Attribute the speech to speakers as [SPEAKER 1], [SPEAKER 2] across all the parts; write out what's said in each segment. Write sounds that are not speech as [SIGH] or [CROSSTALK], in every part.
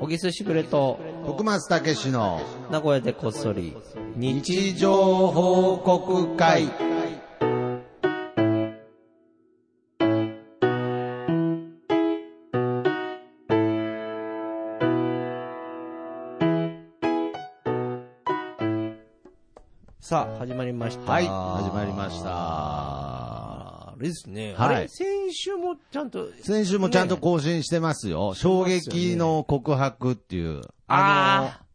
[SPEAKER 1] 小木寿しぐれと、
[SPEAKER 2] 徳松たけしの
[SPEAKER 1] 名古屋でこっそり、日
[SPEAKER 2] 日
[SPEAKER 1] 常、
[SPEAKER 2] 常報告会。
[SPEAKER 1] さあ、始まりました。
[SPEAKER 2] はい、始まりました。
[SPEAKER 1] あれですね、
[SPEAKER 2] はい
[SPEAKER 1] あれ、先週もちゃんと、
[SPEAKER 2] 先週もちゃんと更新してますよ。衝撃の告白っていう。あの、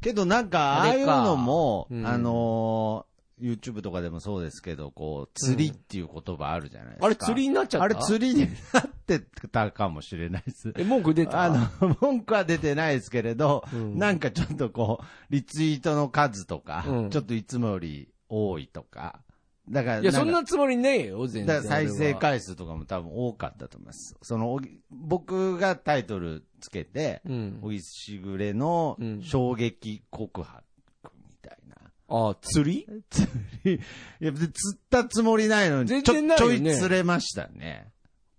[SPEAKER 2] けどなんか、あ
[SPEAKER 1] あ
[SPEAKER 2] あい
[SPEAKER 1] れ
[SPEAKER 2] う
[SPEAKER 1] か
[SPEAKER 2] のも、
[SPEAKER 1] うん
[SPEAKER 2] あのー、YouTube とかでもそうですけど、こう、釣りっていう言葉あるじゃないですか。
[SPEAKER 1] あれ釣りになっちゃった
[SPEAKER 2] あれ釣りになってたかもしれないです。
[SPEAKER 1] え、文句出た
[SPEAKER 2] あ
[SPEAKER 1] [LAUGHS]
[SPEAKER 2] の、文句は出てないですけれど、
[SPEAKER 1] うん
[SPEAKER 2] なんかちょっとこう、リツイートの数とか、
[SPEAKER 1] うん
[SPEAKER 2] ちょっといつもより多いとか。だから、
[SPEAKER 1] いや、そん
[SPEAKER 2] か
[SPEAKER 1] なつもりねえよ、全
[SPEAKER 2] だ
[SPEAKER 1] 然
[SPEAKER 2] か。ら再生回数とかも多分多かったと思います。その、おぎ僕がタイトルつけて
[SPEAKER 1] あ、れは。うん。
[SPEAKER 2] おぎしぐれの
[SPEAKER 1] うん
[SPEAKER 2] 衝撃告白みたいな。
[SPEAKER 1] あ、釣り
[SPEAKER 2] 釣り、いや、別に釣ったつもりないのに、
[SPEAKER 1] 全
[SPEAKER 2] ちょ
[SPEAKER 1] 然ない
[SPEAKER 2] ち
[SPEAKER 1] よ
[SPEAKER 2] ょ
[SPEAKER 1] ね
[SPEAKER 2] い釣れましたね。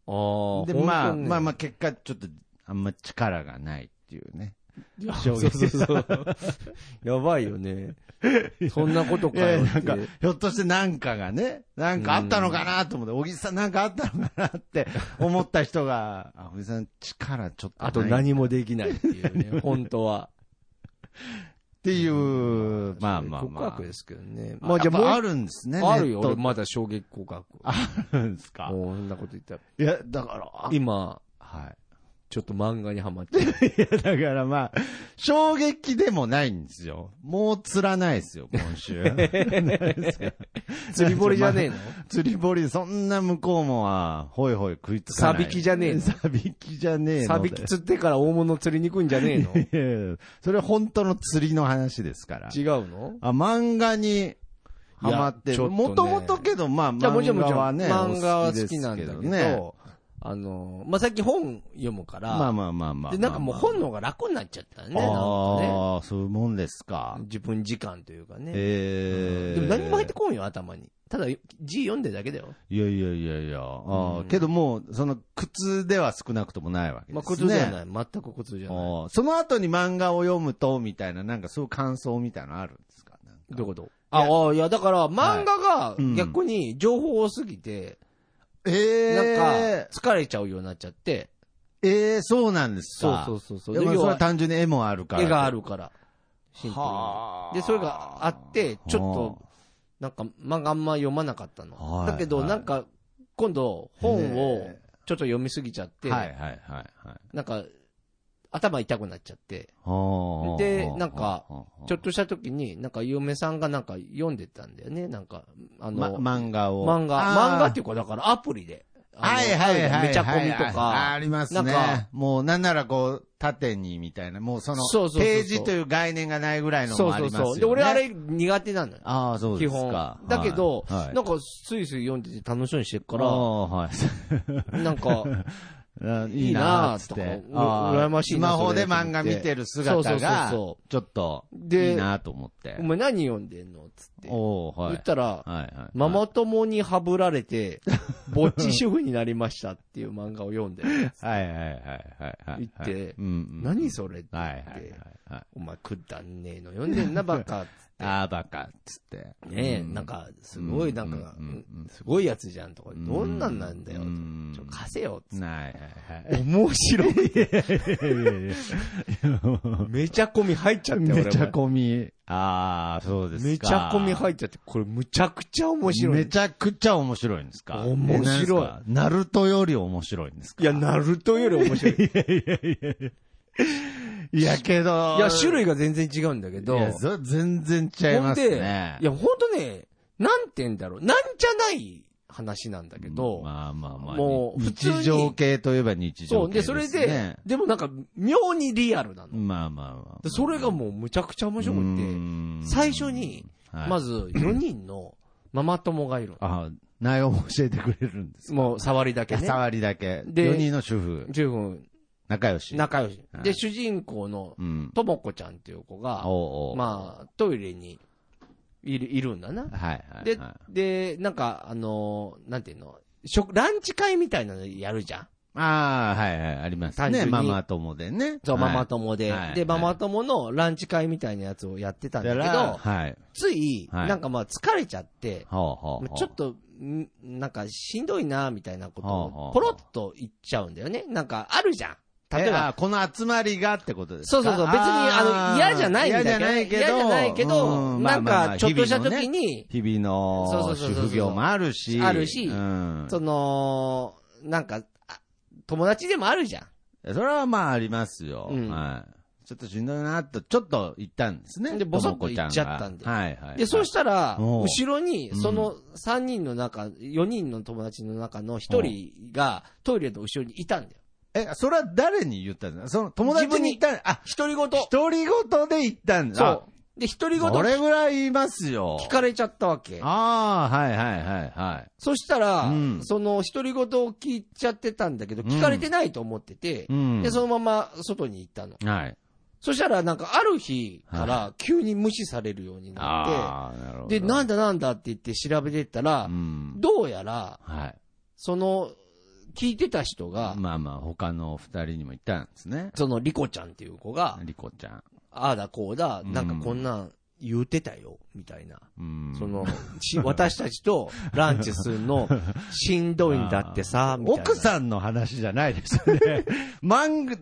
[SPEAKER 1] ああ、
[SPEAKER 2] で、まあ、
[SPEAKER 1] 本当ね
[SPEAKER 2] まあまあ、結果、ちょっと、あんま力がないっていうね。
[SPEAKER 1] いや
[SPEAKER 2] 衝撃
[SPEAKER 1] そうそう
[SPEAKER 2] [LAUGHS]
[SPEAKER 1] そう。やばいよね。そんなこと
[SPEAKER 2] い
[SPEAKER 1] か
[SPEAKER 2] やい
[SPEAKER 1] よ
[SPEAKER 2] や、
[SPEAKER 1] っ
[SPEAKER 2] なん
[SPEAKER 1] て。
[SPEAKER 2] か、ひょっとしてなんかがね、なんかあったのかなと思って、小木さんなんかあったのか
[SPEAKER 1] [LAUGHS]
[SPEAKER 2] なって思った人が、あ、小木さん力ちょっとない。
[SPEAKER 1] あと何もできないっていうね、本当は。
[SPEAKER 2] っていう、まあまあ
[SPEAKER 1] 告
[SPEAKER 2] ま
[SPEAKER 1] 白
[SPEAKER 2] あ
[SPEAKER 1] で。すけどね。
[SPEAKER 2] まあじゃあ、あ
[SPEAKER 1] る
[SPEAKER 2] るんですね。
[SPEAKER 1] あるよ、
[SPEAKER 2] ネッ
[SPEAKER 1] 俺
[SPEAKER 2] ト
[SPEAKER 1] まだ衝撃告白。
[SPEAKER 2] あるんですか。
[SPEAKER 1] もうそんなこと言ったら。
[SPEAKER 2] いや、だから、
[SPEAKER 1] 今、
[SPEAKER 2] は
[SPEAKER 1] ちょっと漫画にハマってる。
[SPEAKER 2] い。いや、 [LAUGHS] だからまあ、衝撃でもないんですよ。もう釣らないですよ、今
[SPEAKER 1] [LAUGHS]
[SPEAKER 2] 週。
[SPEAKER 1] [LAUGHS] 釣り堀じゃねえの
[SPEAKER 2] 釣り堀、そんな向こうもは、ほいほい食いつか
[SPEAKER 1] サ
[SPEAKER 2] ない。
[SPEAKER 1] ビキじゃねえの
[SPEAKER 2] [LAUGHS] サビキじゃねえ
[SPEAKER 1] [LAUGHS]
[SPEAKER 2] の。
[SPEAKER 1] サビキ釣ってから大物釣りに行くんじゃねえの
[SPEAKER 2] いやいや [LAUGHS] それ本当の釣りの話ですから。
[SPEAKER 1] [LAUGHS] 違うの
[SPEAKER 2] あ、漫画にハマって
[SPEAKER 1] いやちょっ
[SPEAKER 2] る。
[SPEAKER 1] とね
[SPEAKER 2] もともとけど、まあ、
[SPEAKER 1] いやもちろ
[SPEAKER 2] 漫
[SPEAKER 1] んもち
[SPEAKER 2] 画
[SPEAKER 1] ろん
[SPEAKER 2] はね、
[SPEAKER 1] 漫画は
[SPEAKER 2] おで
[SPEAKER 1] 好
[SPEAKER 2] す
[SPEAKER 1] きなんだけど、
[SPEAKER 2] ね。
[SPEAKER 1] あの、まあ、最近本読むから、
[SPEAKER 2] まあまあまあまあ。
[SPEAKER 1] で、なんかもう
[SPEAKER 2] まあま
[SPEAKER 1] 本の方が楽になっちゃったね、
[SPEAKER 2] あ
[SPEAKER 1] なんか
[SPEAKER 2] ああ、そういうもんですか
[SPEAKER 1] ね。。自分時間というかね。
[SPEAKER 2] ええ。
[SPEAKER 1] でも何も入ってこんよ、頭に。ただ、字読んでるだけだよ。
[SPEAKER 2] いやいやいやいや。あ
[SPEAKER 1] う
[SPEAKER 2] あ
[SPEAKER 1] ん
[SPEAKER 2] けどもう、その、靴では少なくともないわけですね。
[SPEAKER 1] まあ、苦痛じゃない。全く苦痛じゃない。
[SPEAKER 2] ああその後に漫画を読むと、みたいな、なんかそういう感想みたいなのあるんですかなんか
[SPEAKER 1] どういうことああ、いや、だから、漫画が
[SPEAKER 2] いうん
[SPEAKER 1] 逆に情報多すぎて、
[SPEAKER 2] え
[SPEAKER 1] なん
[SPEAKER 2] え
[SPEAKER 1] か、疲れちゃうようになっちゃって、
[SPEAKER 2] ええそうなんです
[SPEAKER 1] そう
[SPEAKER 2] か。
[SPEAKER 1] そううそうそう。
[SPEAKER 2] で
[SPEAKER 1] で
[SPEAKER 2] もそ
[SPEAKER 1] 要
[SPEAKER 2] れは
[SPEAKER 1] は、
[SPEAKER 2] 単純に絵もあるから。
[SPEAKER 1] 絵があ。るから、シンプルに。
[SPEAKER 2] はあ。
[SPEAKER 1] で、それがあって、ちょっと、なんか、漫画あんま読まなかったの。
[SPEAKER 2] はい
[SPEAKER 1] だけど、
[SPEAKER 2] はい
[SPEAKER 1] なんか、今度、本を
[SPEAKER 2] へえ、
[SPEAKER 1] ちょっと読みすぎちゃって、
[SPEAKER 2] はいはいはいはい。
[SPEAKER 1] なんか、頭痛くなっちゃって、
[SPEAKER 2] はあ
[SPEAKER 1] でなんか、
[SPEAKER 2] はあ
[SPEAKER 1] ちょっ、とした時に、なんか、嫁さんがなんか読んでたんだよね、なんか、あ
[SPEAKER 2] ま
[SPEAKER 1] の、
[SPEAKER 2] 漫画を。
[SPEAKER 1] 漫画。漫画って
[SPEAKER 2] い
[SPEAKER 1] いうか、だからアプリで。
[SPEAKER 2] うはいはいはい。
[SPEAKER 1] めちゃコミと
[SPEAKER 2] ああ
[SPEAKER 1] か。
[SPEAKER 2] ります
[SPEAKER 1] なん
[SPEAKER 2] ね
[SPEAKER 1] か。
[SPEAKER 2] もうなんならこう、縦にみたいな、もうその
[SPEAKER 1] そうそう、そうそう
[SPEAKER 2] ページという概念がないぐらいの
[SPEAKER 1] そ
[SPEAKER 2] も
[SPEAKER 1] う
[SPEAKER 2] あ
[SPEAKER 1] そ
[SPEAKER 2] り
[SPEAKER 1] う
[SPEAKER 2] ますよ
[SPEAKER 1] そ
[SPEAKER 2] ね。
[SPEAKER 1] う。で、俺あれ苦手なのよ。
[SPEAKER 2] ああ、そう
[SPEAKER 1] 基
[SPEAKER 2] です
[SPEAKER 1] 本
[SPEAKER 2] か。。
[SPEAKER 1] だけど、
[SPEAKER 2] はいはい
[SPEAKER 1] なんか、スイスイ読んでて楽しそうにしてるか
[SPEAKER 2] あ
[SPEAKER 1] ら、
[SPEAKER 2] あはい [LAUGHS]
[SPEAKER 1] なんか、
[SPEAKER 2] あ。
[SPEAKER 1] いいなあとか
[SPEAKER 2] いいなあつって
[SPEAKER 1] う羨ましいな
[SPEAKER 2] スマホで
[SPEAKER 1] それと思って
[SPEAKER 2] 漫画見てる
[SPEAKER 1] そうそ
[SPEAKER 2] 姿
[SPEAKER 1] うそう
[SPEAKER 2] が、
[SPEAKER 1] そ
[SPEAKER 2] ちょっと、
[SPEAKER 1] で
[SPEAKER 2] いいなあと思って
[SPEAKER 1] お。前何読んでんのつって。
[SPEAKER 2] おおは
[SPEAKER 1] 言っ
[SPEAKER 2] い。
[SPEAKER 1] たら、
[SPEAKER 2] はいはい。
[SPEAKER 1] ママ友にはぶられ
[SPEAKER 2] [LAUGHS]
[SPEAKER 1] て、ぼっち主婦になりましたっていう漫画を読んで、
[SPEAKER 2] はいはいはいはいはい。
[SPEAKER 1] 行って
[SPEAKER 2] うんうん、
[SPEAKER 1] 何それって言
[SPEAKER 2] はいはい
[SPEAKER 1] っ
[SPEAKER 2] はい
[SPEAKER 1] て、
[SPEAKER 2] はい。
[SPEAKER 1] お前くだんねえの読んでんなばっかっつっ
[SPEAKER 2] あーバカっつって。
[SPEAKER 1] て。ねえ、
[SPEAKER 2] う
[SPEAKER 1] なん、か、すごい、なんか、
[SPEAKER 2] うんうんうんうん
[SPEAKER 1] すごいやつじゃんとか、
[SPEAKER 2] うん
[SPEAKER 1] どんなんなんだよと
[SPEAKER 2] う、ん
[SPEAKER 1] ちょ、貸せよ、つって。
[SPEAKER 2] はいはいはい。
[SPEAKER 1] 面白い。
[SPEAKER 2] いやい [LAUGHS] やいや
[SPEAKER 1] めちゃ込み入っちゃって、俺も
[SPEAKER 2] めちゃ込み。ああ、そうですか。
[SPEAKER 1] めちゃ込み入っちゃって、これむちゃくちゃ面白
[SPEAKER 2] め
[SPEAKER 1] い。
[SPEAKER 2] ちゃくちゃ面白いんですか
[SPEAKER 1] 面白い
[SPEAKER 2] えなんですかナルトより面白いんですか
[SPEAKER 1] いや、ナルトより面白い。
[SPEAKER 2] いやけど。
[SPEAKER 1] いや、種類が全然違うんだけど。
[SPEAKER 2] いや、そ全然違い
[SPEAKER 1] ほん
[SPEAKER 2] ま
[SPEAKER 1] で、
[SPEAKER 2] すね。
[SPEAKER 1] いや、ほんとね、なんて言うんだろう。なんじゃない話なんだけど、
[SPEAKER 2] まあまあまあ。
[SPEAKER 1] もう普通に
[SPEAKER 2] 日常系といえば日
[SPEAKER 1] そ
[SPEAKER 2] 常
[SPEAKER 1] う、
[SPEAKER 2] 系で、
[SPEAKER 1] ですそ
[SPEAKER 2] ね。
[SPEAKER 1] れで、でもなんか、妙にリアルなの。
[SPEAKER 2] まあまあまあ。
[SPEAKER 1] でそれがもうむちゃくちゃ面白くて、
[SPEAKER 2] く
[SPEAKER 1] 最初に、ま
[SPEAKER 2] ず、
[SPEAKER 1] ず4人のママ友がいるの。
[SPEAKER 2] あ内容も教えてくれるんです
[SPEAKER 1] もう触りだけ
[SPEAKER 2] か。
[SPEAKER 1] ね。
[SPEAKER 2] 触りだけ。
[SPEAKER 1] で
[SPEAKER 2] 4人の主婦、
[SPEAKER 1] 十分
[SPEAKER 2] 仲良し。
[SPEAKER 1] 仲良し。
[SPEAKER 2] はい
[SPEAKER 1] で、主人公の
[SPEAKER 2] うん。
[SPEAKER 1] ともこちゃんっていう子が、
[SPEAKER 2] おうおう
[SPEAKER 1] まあ、トイレにいるいるんだな。
[SPEAKER 2] はいはいはい。
[SPEAKER 1] で、で、なんか、あのーなんていうの食ランチ会みたいなのやるじゃん。
[SPEAKER 2] ああ、はいはい、あります
[SPEAKER 1] 単純
[SPEAKER 2] ね。
[SPEAKER 1] に
[SPEAKER 2] ママ友でね。
[SPEAKER 1] そう、
[SPEAKER 2] はい
[SPEAKER 1] ママ友で、
[SPEAKER 2] はい
[SPEAKER 1] で、
[SPEAKER 2] は
[SPEAKER 1] マ
[SPEAKER 2] い
[SPEAKER 1] マ友のランチ会みたいなやつをやってたんだけ
[SPEAKER 2] だから
[SPEAKER 1] ど、
[SPEAKER 2] はい。
[SPEAKER 1] つい、
[SPEAKER 2] はい
[SPEAKER 1] なんかまあ疲れちゃって、
[SPEAKER 2] ほうほうほう
[SPEAKER 1] ちょっと、んなんかしんどいな、みたいなこと
[SPEAKER 2] はあは
[SPEAKER 1] を
[SPEAKER 2] あ、
[SPEAKER 1] ポロッと言っちゃうんだよね。なんかあるじゃん。例え
[SPEAKER 2] え
[SPEAKER 1] ば、
[SPEAKER 2] あこの集まりがってことですか
[SPEAKER 1] そうそうそう、別にあの嫌じゃないんだけど、
[SPEAKER 2] 嫌じゃない
[SPEAKER 1] いけ
[SPEAKER 2] けど、
[SPEAKER 1] ど
[SPEAKER 2] うん
[SPEAKER 1] なん
[SPEAKER 2] まあま
[SPEAKER 1] か
[SPEAKER 2] あ
[SPEAKER 1] ちょっとした時
[SPEAKER 2] 日々のね
[SPEAKER 1] に、
[SPEAKER 2] 日
[SPEAKER 1] そう
[SPEAKER 2] 々の
[SPEAKER 1] そうそ
[SPEAKER 2] 主
[SPEAKER 1] うそう
[SPEAKER 2] 婦業もあるし、
[SPEAKER 1] あるし
[SPEAKER 2] うん
[SPEAKER 1] その、なんか、あ友達でもあるじゃん。
[SPEAKER 2] それはまあありますよ。
[SPEAKER 1] うん
[SPEAKER 2] はい。ちょっとしんどいなと、ちょっと行ったんですね。
[SPEAKER 1] でボソッと
[SPEAKER 2] もこが
[SPEAKER 1] 行っちゃったんで
[SPEAKER 2] はいはい。
[SPEAKER 1] で、そうしたら、
[SPEAKER 2] おう
[SPEAKER 1] 後ろに、その3人の中、4人の友達の中の1人が、トイレの後ろにいたんだよ。
[SPEAKER 2] え、それは誰に言ったんですかその友達に言ったんあ、
[SPEAKER 1] 独り言。
[SPEAKER 2] 独り言で言ったんだ。
[SPEAKER 1] そう。で、独り言
[SPEAKER 2] あこれぐらい言いますよ。
[SPEAKER 1] 聞かれちゃったわけ。
[SPEAKER 2] ああ、はいはいはいはい。
[SPEAKER 1] そしたら、
[SPEAKER 2] うん
[SPEAKER 1] その独り言を聞いちゃってたんだけど、聞かれてないと思ってて、
[SPEAKER 2] うん。
[SPEAKER 1] で、そのまま外に行ったの。
[SPEAKER 2] はい。
[SPEAKER 1] そしたら、なんかある日から急に無視されるようになっ
[SPEAKER 2] ああ、なるほど。
[SPEAKER 1] て、で、なん
[SPEAKER 2] だ、
[SPEAKER 1] だなんだって言って調べてった
[SPEAKER 2] う
[SPEAKER 1] ら、
[SPEAKER 2] ん。
[SPEAKER 1] どうやら、
[SPEAKER 2] はい。
[SPEAKER 1] その、聞いてた人が、
[SPEAKER 2] まあまあ、他の二人にも言ったんですね。
[SPEAKER 1] その、リコちゃんっていう子が、
[SPEAKER 2] リコちゃん。
[SPEAKER 1] ああだこうだ、
[SPEAKER 2] うん
[SPEAKER 1] なんかこんなん言うてたよ、みたいな。
[SPEAKER 2] うん。
[SPEAKER 1] その、し私たちとランチする
[SPEAKER 2] [LAUGHS]
[SPEAKER 1] の、しんどいんだってさ、みたいな。
[SPEAKER 2] 奥さんの話じゃないですよね。漫画、
[SPEAKER 1] ん、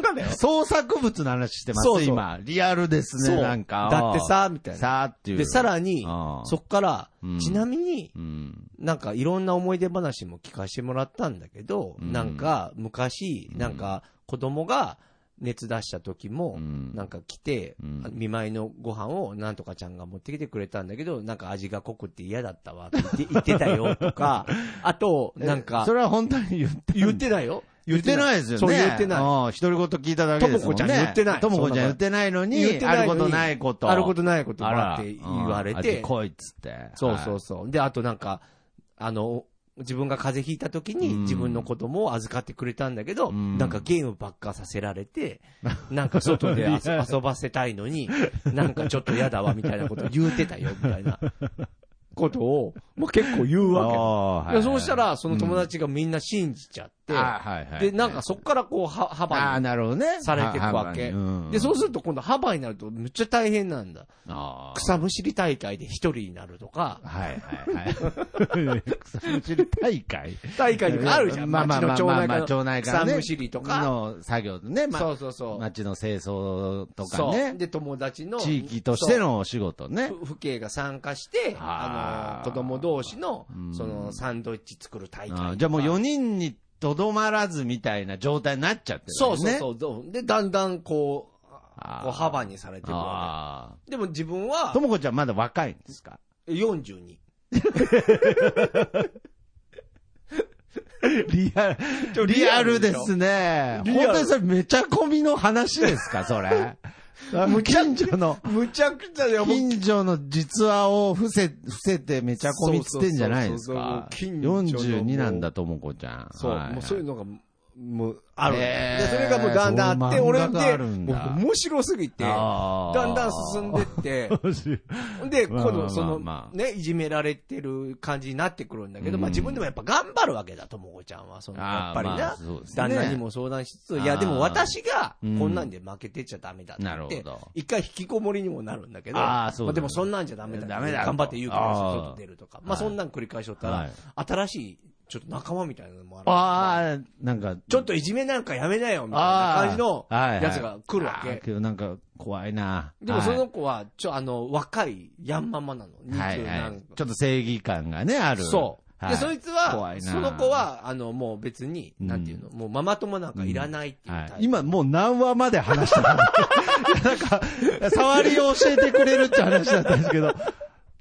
[SPEAKER 1] 漫画だよ。
[SPEAKER 2] 創作物の話してます
[SPEAKER 1] そうそう
[SPEAKER 2] 今。リアルです
[SPEAKER 1] そう。
[SPEAKER 2] ね、なんか。
[SPEAKER 1] だって、さ、みたいな。
[SPEAKER 2] さあっていう。
[SPEAKER 1] で、さらに、
[SPEAKER 2] あー
[SPEAKER 1] そっから
[SPEAKER 2] うん、
[SPEAKER 1] ちなみに、
[SPEAKER 2] うん。
[SPEAKER 1] なんかいろんな思い出話も聞かせてもらったんだけど、
[SPEAKER 2] うん
[SPEAKER 1] なんか昔、なんか子供が熱出した時も
[SPEAKER 2] う、ん
[SPEAKER 1] なんか来て、
[SPEAKER 2] うん
[SPEAKER 1] 見舞いのご飯をなんとかちゃんが持ってきてくれたんだけど、なんか味が濃くて嫌だったわって言って言ってたよと
[SPEAKER 2] [LAUGHS]
[SPEAKER 1] か、あと、なん
[SPEAKER 2] え
[SPEAKER 1] か
[SPEAKER 2] そ、れは本当に言って
[SPEAKER 1] 言ってないよ。
[SPEAKER 2] 言ってないですよね。
[SPEAKER 1] そう言ってない
[SPEAKER 2] い。独り言聞いただけですも
[SPEAKER 1] ともこ
[SPEAKER 2] んね。
[SPEAKER 1] ちゃん言ってない
[SPEAKER 2] ともこちゃん言ってないの
[SPEAKER 1] 言っ
[SPEAKER 2] に、
[SPEAKER 1] て
[SPEAKER 2] あ
[SPEAKER 1] ないの
[SPEAKER 2] るこ
[SPEAKER 1] に
[SPEAKER 2] とないこと。
[SPEAKER 1] あることないこと
[SPEAKER 2] あ
[SPEAKER 1] だ
[SPEAKER 2] ら
[SPEAKER 1] って言われ
[SPEAKER 2] うんあ
[SPEAKER 1] て、
[SPEAKER 2] こいっつって。
[SPEAKER 1] そうそうそう。で、あとなんか、あの、自分が風邪ひいた時に
[SPEAKER 2] うん
[SPEAKER 1] 自分の子供を預かってくれたんだけど、
[SPEAKER 2] うん
[SPEAKER 1] なんかゲームばっかさせられて、 [LAUGHS] なんか外で遊遊ばせたいのに、なんかちょっと嫌だわみたいなこと言うてたよ、みたいなことを、まあ、結構言うわけよ
[SPEAKER 2] わ
[SPEAKER 1] で。そうしたら、その友達がみんな信じちゃって、
[SPEAKER 2] はいはいはい。
[SPEAKER 1] で、なんかそっからこう、は
[SPEAKER 2] あ
[SPEAKER 1] 幅
[SPEAKER 2] あ、
[SPEAKER 1] に。
[SPEAKER 2] なるほどね。
[SPEAKER 1] されていくわけで、そうすると今度幅になるとめっちゃ大変なんだ。
[SPEAKER 2] あー
[SPEAKER 1] 草むしり大会で一人になるとか、
[SPEAKER 2] はい [LAUGHS] はいはい。草むしり大会
[SPEAKER 1] 大会にもあるじゃん。
[SPEAKER 2] まあまあまあ
[SPEAKER 1] 町の
[SPEAKER 2] まあまあ
[SPEAKER 1] 町
[SPEAKER 2] 町
[SPEAKER 1] 内
[SPEAKER 2] 内
[SPEAKER 1] 会
[SPEAKER 2] 会
[SPEAKER 1] の
[SPEAKER 2] のね
[SPEAKER 1] 草むしりとか。
[SPEAKER 2] の作業でね、ま
[SPEAKER 1] そうそうそう。
[SPEAKER 2] 町の清掃とか
[SPEAKER 1] そう。
[SPEAKER 2] ね、
[SPEAKER 1] で、友達の。
[SPEAKER 2] 地域としてのお仕事ね
[SPEAKER 1] そう。。ふ父兄が参加して、あ
[SPEAKER 2] あー
[SPEAKER 1] の、子供同士の
[SPEAKER 2] う、ん
[SPEAKER 1] その、サンドイッチ作る大会と
[SPEAKER 2] あ
[SPEAKER 1] か。
[SPEAKER 2] ーじゃあもう4人にとどまらずみたいな状態になっちゃってる
[SPEAKER 1] そうそう
[SPEAKER 2] ね。
[SPEAKER 1] そうどう。で、だんだんこう、
[SPEAKER 2] あー
[SPEAKER 1] こう幅にされていくわ
[SPEAKER 2] あ
[SPEAKER 1] け。でも自分
[SPEAKER 2] あ。
[SPEAKER 1] は
[SPEAKER 2] と、もこちゃんまだ若いんですか
[SPEAKER 1] 42。
[SPEAKER 2] リアル、リアルですね。
[SPEAKER 1] リアル
[SPEAKER 2] 本当にそれめちゃ込みの話ですか、そ [LAUGHS] れ。近所の、
[SPEAKER 1] むちゃくちゃだよ、もう
[SPEAKER 2] 近所の実話を伏せ、伏せてめちゃ込みっつってんじゃないで
[SPEAKER 1] そ
[SPEAKER 2] すか。
[SPEAKER 1] うそうそうそう近所の
[SPEAKER 2] 42なんだ、ともこちゃん。
[SPEAKER 1] そう、
[SPEAKER 2] はい
[SPEAKER 1] もうそういうのが、もう、ある。
[SPEAKER 2] へー
[SPEAKER 1] で、それがもうだんだんあって、
[SPEAKER 2] そういう
[SPEAKER 1] 俺
[SPEAKER 2] 漫画が
[SPEAKER 1] で、
[SPEAKER 2] あるん
[SPEAKER 1] も
[SPEAKER 2] だ
[SPEAKER 1] う面白すぎて、だ
[SPEAKER 2] あー
[SPEAKER 1] んだん進んでって、で、今
[SPEAKER 2] まあまあま
[SPEAKER 1] 度、
[SPEAKER 2] あ
[SPEAKER 1] その
[SPEAKER 2] ま、あ
[SPEAKER 1] ね、いじめられてる感じになってくるんだけど、
[SPEAKER 2] うん
[SPEAKER 1] まあ自分でもやっぱ頑張るわけだ、ともこちゃんは。その、やっぱり
[SPEAKER 2] あーま
[SPEAKER 1] な
[SPEAKER 2] あそうで、すね
[SPEAKER 1] 旦那にも相談しつつ、い
[SPEAKER 2] あ
[SPEAKER 1] や、
[SPEAKER 2] ー
[SPEAKER 1] でも私が、
[SPEAKER 2] うん
[SPEAKER 1] こんなんで負けてちゃダメだって
[SPEAKER 2] なる
[SPEAKER 1] 言って
[SPEAKER 2] ほど、
[SPEAKER 1] 一回引きこもりにもなるんだけど、
[SPEAKER 2] あーそう
[SPEAKER 1] まあ
[SPEAKER 2] だ
[SPEAKER 1] でもそんなんじゃダメだ。
[SPEAKER 2] ダメだ
[SPEAKER 1] 頑張って勇気出して
[SPEAKER 2] あー
[SPEAKER 1] 外出るとか。まあそんなん繰り返しとったら
[SPEAKER 2] は、
[SPEAKER 1] 新しい、ちょっと仲間みたいなのもある。
[SPEAKER 2] ああ、なんか、
[SPEAKER 1] ちょっといじめなんかやめなよ、みたいな
[SPEAKER 2] ああ
[SPEAKER 1] 感じの
[SPEAKER 2] はいはい
[SPEAKER 1] やつが来るわ
[SPEAKER 2] あー
[SPEAKER 1] け。
[SPEAKER 2] けどなんか怖いな。
[SPEAKER 1] でもそ
[SPEAKER 2] は
[SPEAKER 1] の子は、ちょ、あの、若いヤンママなの。
[SPEAKER 2] い、はい
[SPEAKER 1] 20
[SPEAKER 2] は
[SPEAKER 1] 何
[SPEAKER 2] い。ちょっと正義感がね、ある。
[SPEAKER 1] そう。
[SPEAKER 2] は
[SPEAKER 1] で、
[SPEAKER 2] い
[SPEAKER 1] そいつ
[SPEAKER 2] 怖
[SPEAKER 1] は、
[SPEAKER 2] いな
[SPEAKER 1] その子は、あの、もう別に、なんていうの、もうママ友なんかいらないっていうタイ
[SPEAKER 2] は
[SPEAKER 1] プ。
[SPEAKER 2] い、今もう何話まで話したのいやなんか、触りを教えてくれるって話だったんですけど、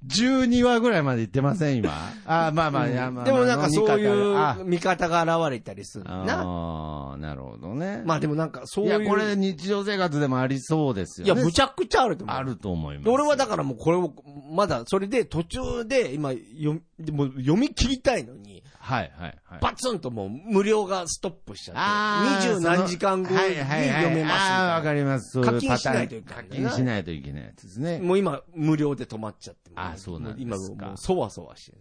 [SPEAKER 2] 12話ぐらいまで行ってません、今。あーまあまあ、いやまあまあ
[SPEAKER 1] でもなんかそうい
[SPEAKER 2] あ
[SPEAKER 1] う見方が現れたりするな。
[SPEAKER 2] あー、なるほどね。
[SPEAKER 1] まあでもなんかそう
[SPEAKER 2] い
[SPEAKER 1] いう。
[SPEAKER 2] や、これ日常生活でもありそうです
[SPEAKER 1] い
[SPEAKER 2] よ
[SPEAKER 1] や、
[SPEAKER 2] ね。
[SPEAKER 1] むちゃくちゃあると思う。
[SPEAKER 2] あると思います。
[SPEAKER 1] で俺はだからもうこれを、まだそれで途中で今読み、でも読み切りたいのに、
[SPEAKER 2] はい、はい、はい。
[SPEAKER 1] バツンともう無料がストップしちゃ
[SPEAKER 2] あ
[SPEAKER 1] って、
[SPEAKER 2] ー
[SPEAKER 1] 二十何時間後に
[SPEAKER 2] はいはいはい
[SPEAKER 1] 読めますみ
[SPEAKER 2] ああ、
[SPEAKER 1] た
[SPEAKER 2] わ
[SPEAKER 1] い
[SPEAKER 2] かります。そういう
[SPEAKER 1] 課金
[SPEAKER 2] パターン
[SPEAKER 1] しないといけない
[SPEAKER 2] 課金しないといけないやつです
[SPEAKER 1] な。
[SPEAKER 2] ね。
[SPEAKER 1] もう今、無料で止まっちゃって。
[SPEAKER 2] あーそうなんですか
[SPEAKER 1] も今、もう、そわそわして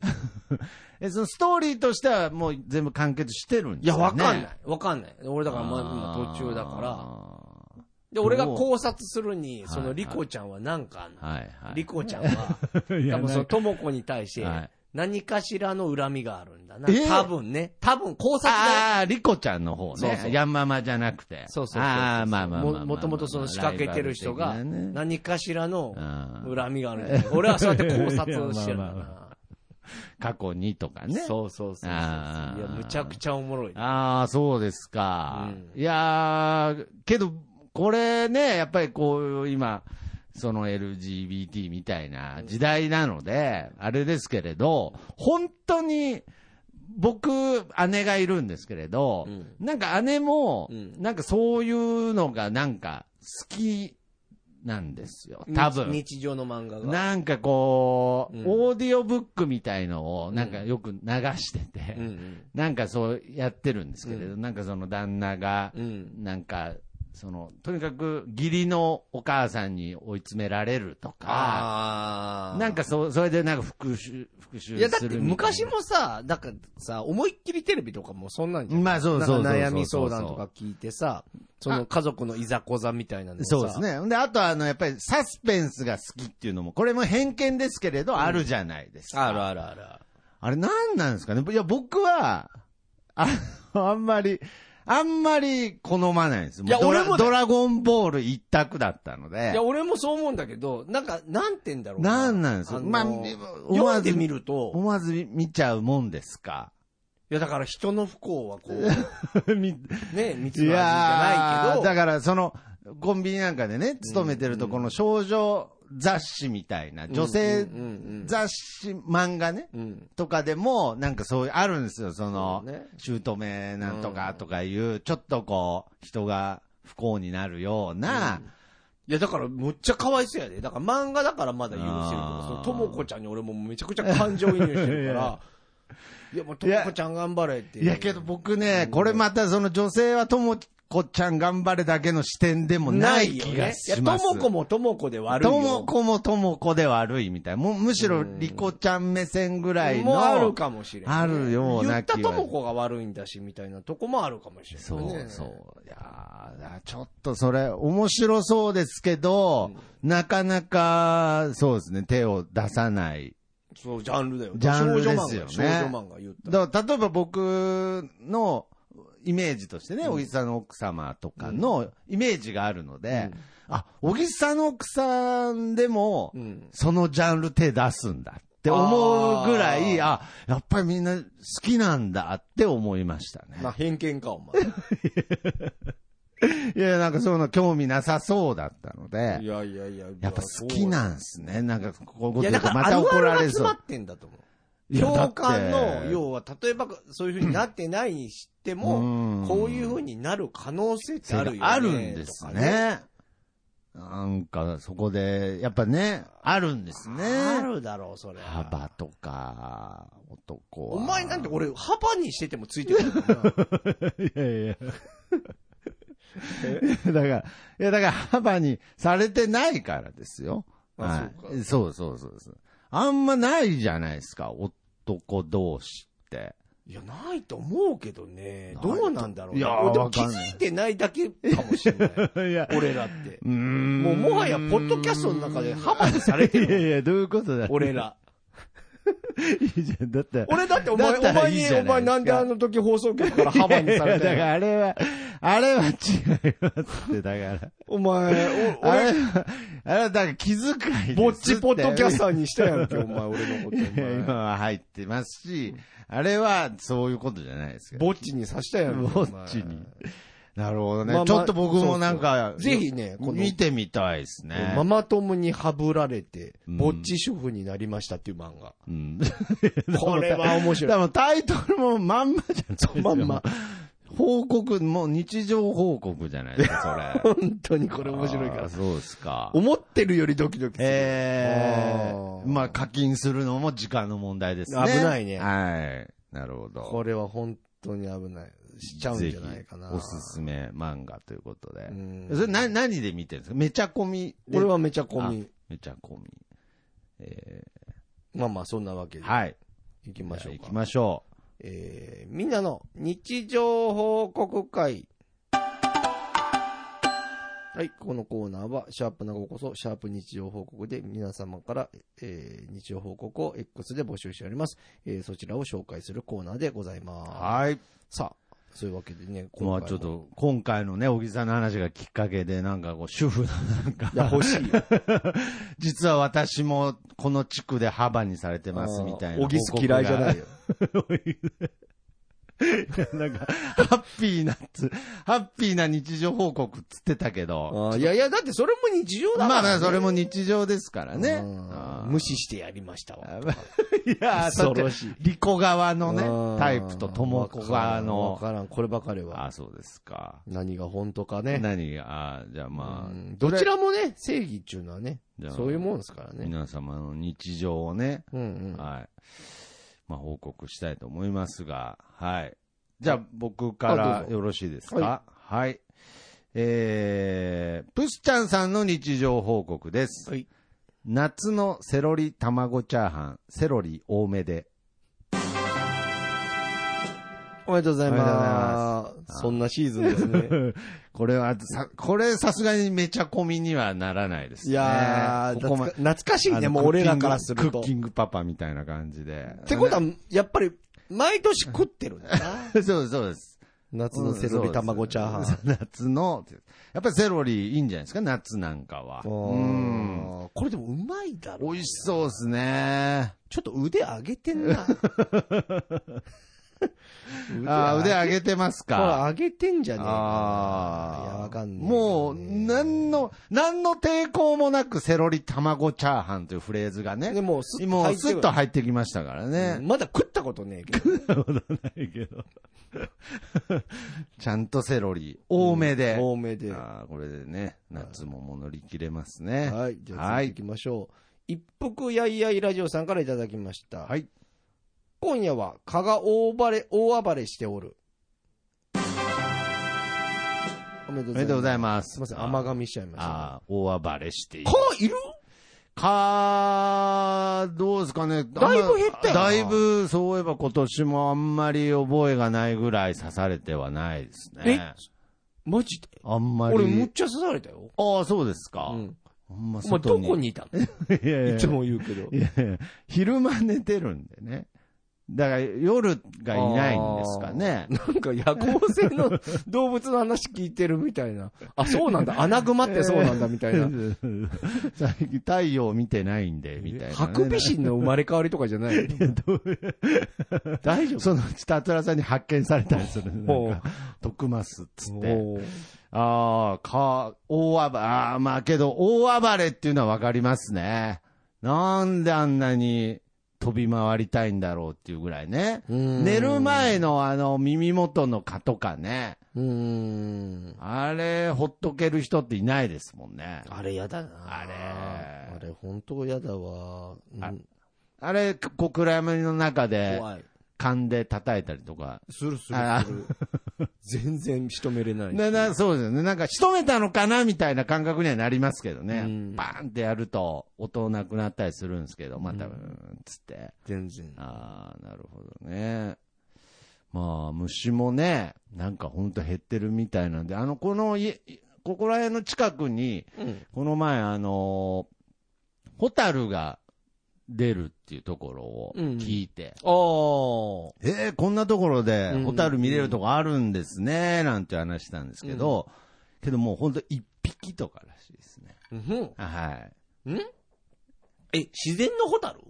[SPEAKER 1] る。
[SPEAKER 2] え、そのストーリーとしてはもう全部完結してるん
[SPEAKER 1] い
[SPEAKER 2] です
[SPEAKER 1] や、
[SPEAKER 2] か、ね、
[SPEAKER 1] わかんない。。 [LAUGHS] わかんない。俺だから、まあ、今途中だから。で、俺が考察するに、その、リコちゃんはなんかあんの、
[SPEAKER 2] ら。はい、 [LAUGHS] はい。
[SPEAKER 1] リコちゃんは、
[SPEAKER 2] い
[SPEAKER 1] 多
[SPEAKER 2] や
[SPEAKER 1] 分そ
[SPEAKER 2] な
[SPEAKER 1] の、
[SPEAKER 2] んか
[SPEAKER 1] ともこに対して
[SPEAKER 2] はい、
[SPEAKER 1] 何かしらの恨みがあるんだな。
[SPEAKER 2] えー
[SPEAKER 1] 多分ね。多分考察だよ。
[SPEAKER 2] ああ、リコちゃんの方ね。
[SPEAKER 1] そうそう
[SPEAKER 2] ヤンママじゃなくて。
[SPEAKER 1] そうそうそう
[SPEAKER 2] ああ、まあまあまあまあまあ
[SPEAKER 1] ももともとその仕掛けてる人が
[SPEAKER 2] ライバル的なね
[SPEAKER 1] 何かしらの
[SPEAKER 2] うん
[SPEAKER 1] 恨みがあるんだよ俺はそうやって考察をしてるんだ
[SPEAKER 2] いや [LAUGHS] まあ
[SPEAKER 1] な。
[SPEAKER 2] 過去にとかね。
[SPEAKER 1] そうそうそうそう。い
[SPEAKER 2] あ
[SPEAKER 1] や
[SPEAKER 2] ー、
[SPEAKER 1] むちゃくちゃおもろい。
[SPEAKER 2] ああ、そうですか。
[SPEAKER 1] う
[SPEAKER 2] いやー、けど、これね、やっぱりこう、今、その LGBT みたいな時代なので、あれですけれど、本当に、僕、姉がいるんですけれど、
[SPEAKER 1] うん
[SPEAKER 2] なんか姉も、
[SPEAKER 1] うん
[SPEAKER 2] なんかそういうのがなんか好きなんですよ、多分。
[SPEAKER 1] 日日常の漫画が。
[SPEAKER 2] なんかこう、
[SPEAKER 1] うん
[SPEAKER 2] オーディオブックみたいのを、なんかよく流してて、
[SPEAKER 1] うんうん
[SPEAKER 2] なんかそうやってるんですけれど、
[SPEAKER 1] う
[SPEAKER 2] なんかその旦那が、
[SPEAKER 1] うん。
[SPEAKER 2] なんか、その、とにかく義理のお母さんに追い詰められるとか、
[SPEAKER 1] あー
[SPEAKER 2] なんか、そう、それでなんか復讐、復讐するみたいな。
[SPEAKER 1] いやだって昔もさ、だからさ、思いっきりテレビとかもそんなんじゃん。
[SPEAKER 2] まあそうそうそうそう
[SPEAKER 1] なんか悩み相談とか聞いてさ、その家族のいざこざみたいなのをさ
[SPEAKER 2] そうです。ね。で、あとあの、やっぱりサスペンスが好きっていうのも、これも偏見ですけれど、あるじゃないですか。
[SPEAKER 1] あるあるある。
[SPEAKER 2] あれ何なんですかねいや、僕は、ああんまり、あんまり好まないんですよ。
[SPEAKER 1] いや
[SPEAKER 2] ドラ
[SPEAKER 1] 俺もね
[SPEAKER 2] ドラゴンボール一択だったので。
[SPEAKER 1] いや、俺もそう思うんだけど、なんか、なんて言うんだろう
[SPEAKER 2] なんなんですか
[SPEAKER 1] あの
[SPEAKER 2] まあ思
[SPEAKER 1] 読
[SPEAKER 2] わず
[SPEAKER 1] んでみると、
[SPEAKER 2] 思わず見ちゃうもんですか
[SPEAKER 1] いや、だから人の不幸はこう、
[SPEAKER 2] [LAUGHS] み
[SPEAKER 1] ね、 [LAUGHS] 見つ
[SPEAKER 2] い
[SPEAKER 1] じ
[SPEAKER 2] や
[SPEAKER 1] ゃないけ
[SPEAKER 2] ー
[SPEAKER 1] ど、
[SPEAKER 2] だからその、コンビニなんかでね、勤めてると、この少女雑誌みたいな、女性
[SPEAKER 1] うんうんうんうん
[SPEAKER 2] 雑誌、漫画ね、
[SPEAKER 1] うん。
[SPEAKER 2] とかでも、なんかそういう、あるんですよ、その
[SPEAKER 1] そうね、
[SPEAKER 2] 姑なんとかとかいう、ちょっとこう、人が不幸になるような、
[SPEAKER 1] いや、だから、むっちゃ可愛そうやで。だから、漫画だからまだ許せると
[SPEAKER 2] あ
[SPEAKER 1] か
[SPEAKER 2] ー、
[SPEAKER 1] その、ともこちゃんに俺もめちゃくちゃ感情移入してる
[SPEAKER 2] [LAUGHS]
[SPEAKER 1] から、いや、もう、ともこちゃん頑張れっていう。
[SPEAKER 2] いやけど僕ね、これまたその女性はともこちゃん頑張れだけの視点でもない気がします。
[SPEAKER 1] いや、ともこもともこで悪いよ。
[SPEAKER 2] ともこもともこで悪いみたい。もうむしろリコちゃん目線ぐらいの。
[SPEAKER 1] もあるかもしれん
[SPEAKER 2] あるよう
[SPEAKER 1] 言
[SPEAKER 2] な
[SPEAKER 1] った
[SPEAKER 2] 気
[SPEAKER 1] と
[SPEAKER 2] は
[SPEAKER 1] もこが悪いんだし、みたいなとこもあるかもしれない。
[SPEAKER 2] そうそう。いやーちょっとそれ、面白そうですけど、なかなか、そうですね、手を出さない。
[SPEAKER 1] そう、ジャンルだよ。
[SPEAKER 2] ジャンルですよ
[SPEAKER 1] 少女漫画
[SPEAKER 2] ね
[SPEAKER 1] 少女漫画言ったら。
[SPEAKER 2] だから例えば僕のイメージとしてね、小木さんの奥様とかのイメージがあるので、あ、小木さんの奥さんでも、
[SPEAKER 1] うん。
[SPEAKER 2] そのジャンル手出すんだって思うぐらい、あ
[SPEAKER 1] あ
[SPEAKER 2] やっぱりみんな好きなんだって思いましたね。
[SPEAKER 1] まあ、偏見か、お
[SPEAKER 2] [LAUGHS]
[SPEAKER 1] 前。
[SPEAKER 2] いや、なんかそういうの興味なさそうだったの
[SPEAKER 1] い
[SPEAKER 2] で、
[SPEAKER 1] やいやいや。
[SPEAKER 2] やっぱ好きなんですね。なんか、こういうこ
[SPEAKER 1] い
[SPEAKER 2] と
[SPEAKER 1] や、だ
[SPEAKER 2] 言うと
[SPEAKER 1] か
[SPEAKER 2] ま
[SPEAKER 1] ら、ある
[SPEAKER 2] た
[SPEAKER 1] あ
[SPEAKER 2] 怒
[SPEAKER 1] る
[SPEAKER 2] ら
[SPEAKER 1] が
[SPEAKER 2] れそ
[SPEAKER 1] 詰ま
[SPEAKER 2] う
[SPEAKER 1] っ。てんだと思う。
[SPEAKER 2] いやだ
[SPEAKER 1] 共
[SPEAKER 2] って
[SPEAKER 1] 感の、要は、例えば、そういうふうになってないにして
[SPEAKER 2] うん
[SPEAKER 1] も、こういうふうになる可能性ってあるよね。
[SPEAKER 2] あるんです
[SPEAKER 1] とか。
[SPEAKER 2] ね。なんか、そこで、やっぱね、あるんですね。
[SPEAKER 1] あるだろう、それ。
[SPEAKER 2] 幅とか、男は。
[SPEAKER 1] お前なんて俺、幅にしててもついてくるもんな。
[SPEAKER 2] [LAUGHS] いやいや。 [LAUGHS] だから、いやだから幅にされてないからですよ。
[SPEAKER 1] あ
[SPEAKER 2] はいそうそうそうそう。あんまないじゃないですか、男同士って。
[SPEAKER 1] いや、ないと思うけどね。どうなんだろうね。
[SPEAKER 2] いや
[SPEAKER 1] 俺でも
[SPEAKER 2] わ
[SPEAKER 1] 気
[SPEAKER 2] かんない
[SPEAKER 1] づいてないだけかもしれない。
[SPEAKER 2] [LAUGHS] いや、
[SPEAKER 1] 俺らって。
[SPEAKER 2] [LAUGHS] うーん
[SPEAKER 1] もうもはや、ポッドキャストの中で幅にされて
[SPEAKER 2] [LAUGHS] いや
[SPEAKER 1] る
[SPEAKER 2] いや、どういうことだ
[SPEAKER 1] もん。俺ら。
[SPEAKER 2] いいじゃん。だって。
[SPEAKER 1] 俺だってお前、
[SPEAKER 2] だっ
[SPEAKER 1] お
[SPEAKER 2] たら
[SPEAKER 1] 前
[SPEAKER 2] いい
[SPEAKER 1] に
[SPEAKER 2] じ、ゃないですか
[SPEAKER 1] お前なんであの時放送局から幅にされて
[SPEAKER 2] いやい
[SPEAKER 1] んの
[SPEAKER 2] やだからあれは、あれは違いますって、だから。
[SPEAKER 1] お前、お
[SPEAKER 2] あれ
[SPEAKER 1] 俺、
[SPEAKER 2] は、あれはだから気遣いです
[SPEAKER 1] ぼっちポッドキャスターにしたやんけ、お前、俺
[SPEAKER 2] [LAUGHS]
[SPEAKER 1] のこと。
[SPEAKER 2] いや
[SPEAKER 1] お
[SPEAKER 2] 今
[SPEAKER 1] 前
[SPEAKER 2] は入ってますし、あれはそういうことじゃないですけど。
[SPEAKER 1] ぼっちにさしたやんけ。
[SPEAKER 2] ぼ
[SPEAKER 1] お
[SPEAKER 2] っ
[SPEAKER 1] 前
[SPEAKER 2] ちに。なるほどね。
[SPEAKER 1] まあまあ
[SPEAKER 2] ちょっと僕もなんか、
[SPEAKER 1] そうそうぜひねこの
[SPEAKER 2] 見てみたいですね。
[SPEAKER 1] ママ友にはぶられて、
[SPEAKER 2] うん
[SPEAKER 1] ぼっち主婦になりましたっていう漫
[SPEAKER 2] [LAUGHS]
[SPEAKER 1] 画。
[SPEAKER 2] うん。
[SPEAKER 1] これは面白
[SPEAKER 2] で
[SPEAKER 1] い。
[SPEAKER 2] もタイトルもまんまじゃないですか。
[SPEAKER 1] まんま。
[SPEAKER 2] 報告、もう日常報告じゃないですか、
[SPEAKER 1] [LAUGHS]
[SPEAKER 2] それ。
[SPEAKER 1] 本当にこれ面白いか
[SPEAKER 2] あー
[SPEAKER 1] ら。
[SPEAKER 2] そうですか。
[SPEAKER 1] 思ってるよりドキドキする。あ
[SPEAKER 2] ええ
[SPEAKER 1] ー
[SPEAKER 2] まあ課金するのも時間の問題ですね。
[SPEAKER 1] 危ないね
[SPEAKER 2] はい。なるほど。
[SPEAKER 1] これは本当に危ない。しちゃうんじゃないかな。
[SPEAKER 2] ぜひおすすめ漫画ということで
[SPEAKER 1] う。ん
[SPEAKER 2] それな、何で見てるんですかめちゃコミで。
[SPEAKER 1] これはめちゃ込み。
[SPEAKER 2] めちゃコミ。え
[SPEAKER 1] まあまあ、そんなわけ
[SPEAKER 2] ー
[SPEAKER 1] で。
[SPEAKER 2] はい。
[SPEAKER 1] 行きましょう
[SPEAKER 2] じゃあ行
[SPEAKER 1] か
[SPEAKER 2] き。ましょう。
[SPEAKER 1] えーみんなの日常報告会。はい、このコーナーは、シャープなごこそ、シャープ日常報告で皆様から、えー日常報告を X で募集しております、えーそちらを紹介するコーナーでございま
[SPEAKER 2] はい。
[SPEAKER 1] す。さあ、そういうわけでね、
[SPEAKER 2] まあ
[SPEAKER 1] も
[SPEAKER 2] ちょっ。と、今回のね、小木さんの話がきっかけで、なんかこう、主婦の [LAUGHS] なんか
[SPEAKER 1] い、や、欲しいよ。
[SPEAKER 2] 実は私もこの地区で幅にされてますみたいな。
[SPEAKER 1] おぎす嫌いじゃない
[SPEAKER 2] よ。
[SPEAKER 1] よ。
[SPEAKER 2] [LAUGHS] なんか、ハッピーなつ、ハッピーな日常報告っつってたけど、
[SPEAKER 1] あーいやいや、だってそれも日常だから
[SPEAKER 2] まあ
[SPEAKER 1] ね、
[SPEAKER 2] まあ、それも日常ですからね
[SPEAKER 1] うん。
[SPEAKER 2] あ
[SPEAKER 1] 無視してやりましたわ。
[SPEAKER 2] ーいやー、だっ
[SPEAKER 1] 恐
[SPEAKER 2] て
[SPEAKER 1] ろしい、
[SPEAKER 2] リコ側の
[SPEAKER 1] うん
[SPEAKER 2] ね、タイプと友子側
[SPEAKER 1] わ
[SPEAKER 2] の。
[SPEAKER 1] からん、こればかりは。
[SPEAKER 2] あ、そうですか。
[SPEAKER 1] 何が本当かね。
[SPEAKER 2] 何が、あーじゃあ
[SPEAKER 1] う
[SPEAKER 2] まあ、
[SPEAKER 1] んどちらもね、正義っていうのはね
[SPEAKER 2] じゃ、あ
[SPEAKER 1] そういうもんですからね。
[SPEAKER 2] 皆様の日常をね、
[SPEAKER 1] うんうん。
[SPEAKER 2] はい。まあ、報告したいと思いますが、はい。じゃあ、僕
[SPEAKER 1] あ
[SPEAKER 2] か
[SPEAKER 1] ど
[SPEAKER 2] ら
[SPEAKER 1] うぞ
[SPEAKER 2] よろしいですかはい、えー、プスちゃんさんの日常報告です。
[SPEAKER 1] はい
[SPEAKER 2] 夏のセロリ卵チャーハン、セロリ多めで。
[SPEAKER 1] おめでとうござい
[SPEAKER 2] おめでとうござい
[SPEAKER 1] ます。そんなシーズンです
[SPEAKER 2] [LAUGHS]
[SPEAKER 1] ね。
[SPEAKER 2] これは、さ、これさすがにめちゃ込みにはならないですね。
[SPEAKER 1] いやー、
[SPEAKER 2] ここま
[SPEAKER 1] 懐か懐かしい
[SPEAKER 2] あ
[SPEAKER 1] ね、
[SPEAKER 2] の
[SPEAKER 1] もう俺らからする
[SPEAKER 2] ク
[SPEAKER 1] と。
[SPEAKER 2] ッ
[SPEAKER 1] っ
[SPEAKER 2] キングパパみたいな感
[SPEAKER 1] [LAUGHS]
[SPEAKER 2] じで。
[SPEAKER 1] てことは、やっぱり、毎年食ってるんだ
[SPEAKER 2] [LAUGHS]
[SPEAKER 1] な。
[SPEAKER 2] とそうです、そうです。
[SPEAKER 1] 夏のセロリ卵チャーハン。
[SPEAKER 2] ン。 [LAUGHS] 夏の、やっぱりセロリいいんじゃないですか、夏なんかは。うん。
[SPEAKER 1] あーこれでもうまいだろ。
[SPEAKER 2] 美味しそうですね。
[SPEAKER 1] ちょっと腕上げてん
[SPEAKER 2] [LAUGHS]
[SPEAKER 1] な。
[SPEAKER 2] あー腕
[SPEAKER 1] 上げ
[SPEAKER 2] 上げてます
[SPEAKER 1] これ
[SPEAKER 2] か。
[SPEAKER 1] 上げてんじゃねえか
[SPEAKER 2] あ
[SPEAKER 1] な。い
[SPEAKER 2] あ
[SPEAKER 1] や、
[SPEAKER 2] ー。
[SPEAKER 1] わかんない。
[SPEAKER 2] もう、何の、何の抵抗もなくセロリ卵チャーハンというフレーズが
[SPEAKER 1] で
[SPEAKER 2] ね。
[SPEAKER 1] も、すっと
[SPEAKER 2] も
[SPEAKER 1] 入
[SPEAKER 2] う
[SPEAKER 1] って
[SPEAKER 2] ス
[SPEAKER 1] る
[SPEAKER 2] ッと入ってきましたからね。
[SPEAKER 1] まだ食ったことねえけど。
[SPEAKER 2] ないけど。 [LAUGHS] ちゃんとセロリ、多めで。
[SPEAKER 1] 多めで。は
[SPEAKER 2] あーこれでね、夏ももう乗り切れますね。
[SPEAKER 1] い。じゃあ続いていきましょう。一服やいやいラジオさんからいただきました。
[SPEAKER 2] はい
[SPEAKER 1] 今夜は蚊が大暴れ、大暴れしておる。おめ
[SPEAKER 2] おめで
[SPEAKER 1] で
[SPEAKER 2] と
[SPEAKER 1] とうご
[SPEAKER 2] うござ
[SPEAKER 1] ざ
[SPEAKER 2] い
[SPEAKER 1] います。
[SPEAKER 2] ます。
[SPEAKER 1] すみません、甘噛みしちゃいました。
[SPEAKER 2] ああ、大暴れしている。
[SPEAKER 1] 蚊いる
[SPEAKER 2] か、どうですかね。
[SPEAKER 1] だいぶ減ったよな
[SPEAKER 2] だいぶ、そういえば今年もあんまり覚えがないぐらい刺されてはないですね。
[SPEAKER 1] マジで
[SPEAKER 2] あんまり。
[SPEAKER 1] 俺、むっちゃ刺されたよ。
[SPEAKER 2] ああ、そうですか。
[SPEAKER 1] うん。
[SPEAKER 2] あんま
[SPEAKER 1] お前、
[SPEAKER 2] 外
[SPEAKER 1] ど
[SPEAKER 2] に。
[SPEAKER 1] こにいた
[SPEAKER 2] いやい
[SPEAKER 1] の
[SPEAKER 2] や
[SPEAKER 1] いつも言うけど。
[SPEAKER 2] いやいや昼間寝てるんでね。だから夜がいないんですかね。
[SPEAKER 1] なんか夜行性の動物の話聞いてるみたいな。あ、そうなんだ。アナグマってそうなんだみたいな。
[SPEAKER 2] [LAUGHS] 最近太陽を見てないんで、みたいな、ね。
[SPEAKER 1] ハクビシンの生まれ変わりとかじゃない
[SPEAKER 2] [LAUGHS]
[SPEAKER 1] 大丈夫
[SPEAKER 2] そのうち、たつらさんに発見されたりする。
[SPEAKER 1] ほう
[SPEAKER 2] なんか、毒マスっつって。
[SPEAKER 1] おー
[SPEAKER 2] ああ、か、大暴れ、ああ、まあけど、大暴れっていうのはわかりますね。なんであんなに飛び回りたいんだろうっていうぐらいね。
[SPEAKER 1] うん
[SPEAKER 2] 寝る前のあの耳元の蚊とかね。
[SPEAKER 1] うーん。
[SPEAKER 2] あれ、ほっとける人っていないですもんね。
[SPEAKER 1] あれやだな。
[SPEAKER 2] あれ
[SPEAKER 1] あれ本当やだわ。うん
[SPEAKER 2] ああれ、こう暗闇の中で
[SPEAKER 1] 怖い。
[SPEAKER 2] 勘で叩いたりとか。
[SPEAKER 1] するする
[SPEAKER 2] あ
[SPEAKER 1] する。全然仕留めれない。
[SPEAKER 2] ななそうですよね。なんか仕留めたのかなみたいな感覚にはなりますけどね。
[SPEAKER 1] うん
[SPEAKER 2] バーンってやると音なくなったりするんですけど、また、
[SPEAKER 1] うん
[SPEAKER 2] うーんつって。
[SPEAKER 1] 全然。
[SPEAKER 2] ああ、なるほどね。まあ、虫もね、なんかほんと減ってるみたいなんで、あの、この家、ここら辺の近くに、
[SPEAKER 1] うん。
[SPEAKER 2] この前、あのーホタルが出るっていうところを聞いて、
[SPEAKER 1] あ
[SPEAKER 2] えー、こんなところで
[SPEAKER 1] うん、
[SPEAKER 2] ホタル見れるとこあるんですね、なんて話したんですけど、けどもうほんと一匹とからしいですね。
[SPEAKER 1] うん。
[SPEAKER 2] はい。
[SPEAKER 1] え、自然のホタル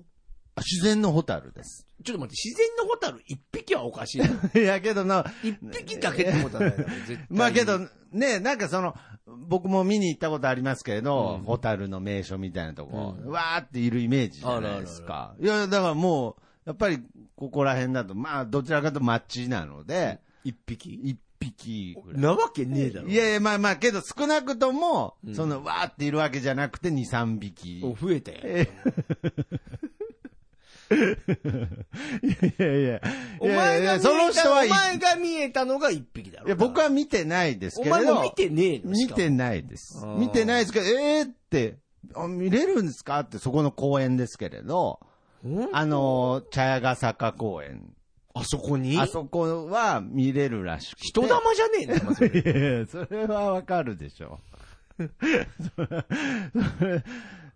[SPEAKER 2] あ自然のホタルです。 [LAUGHS]
[SPEAKER 1] ちょっと待って、自然のホタル一匹はおかしいな。
[SPEAKER 2] いや、けどな、
[SPEAKER 1] 一匹だけってことはないだろ絶対に
[SPEAKER 2] まあけど、ね、なんかその、僕も見に行ったことありますけれど、
[SPEAKER 1] うん
[SPEAKER 2] ホタルの名所みたいなとこ、
[SPEAKER 1] うん
[SPEAKER 2] わーっているイメージじゃないですか。いや、だからもう、やっぱり、ここら辺だと、まあ、どちらかと街なので、
[SPEAKER 1] 一匹
[SPEAKER 2] 一匹ぐらい。
[SPEAKER 1] なわけねえだろ。
[SPEAKER 2] いやいや、まあまあ、けど少なくとも、
[SPEAKER 1] うん
[SPEAKER 2] その、わーっているわけじゃなくて、2、3匹。
[SPEAKER 1] お増えたよ。
[SPEAKER 2] いやいや。
[SPEAKER 1] お前
[SPEAKER 2] いやい
[SPEAKER 1] が見え
[SPEAKER 2] や
[SPEAKER 1] た、
[SPEAKER 2] その人は
[SPEAKER 1] お
[SPEAKER 2] い、
[SPEAKER 1] 前が見えたのが一匹だろ。
[SPEAKER 2] いや、僕は見てないです
[SPEAKER 1] お
[SPEAKER 2] けれ
[SPEAKER 1] 前
[SPEAKER 2] ど。
[SPEAKER 1] も見てねえのし
[SPEAKER 2] 見
[SPEAKER 1] かも
[SPEAKER 2] てないです
[SPEAKER 1] あ。ー
[SPEAKER 2] 見てないですけど、えーって、あ見れるんですかって、そこの公園ですけれど、
[SPEAKER 1] ん
[SPEAKER 2] あのー、茶屋ヶ坂公園。
[SPEAKER 1] あそこに
[SPEAKER 2] あそこは見れるらしくて。
[SPEAKER 1] 人玉じゃねえんだよ、まず
[SPEAKER 2] [LAUGHS] いやいやそれはわかるでしょ。 [LAUGHS] それ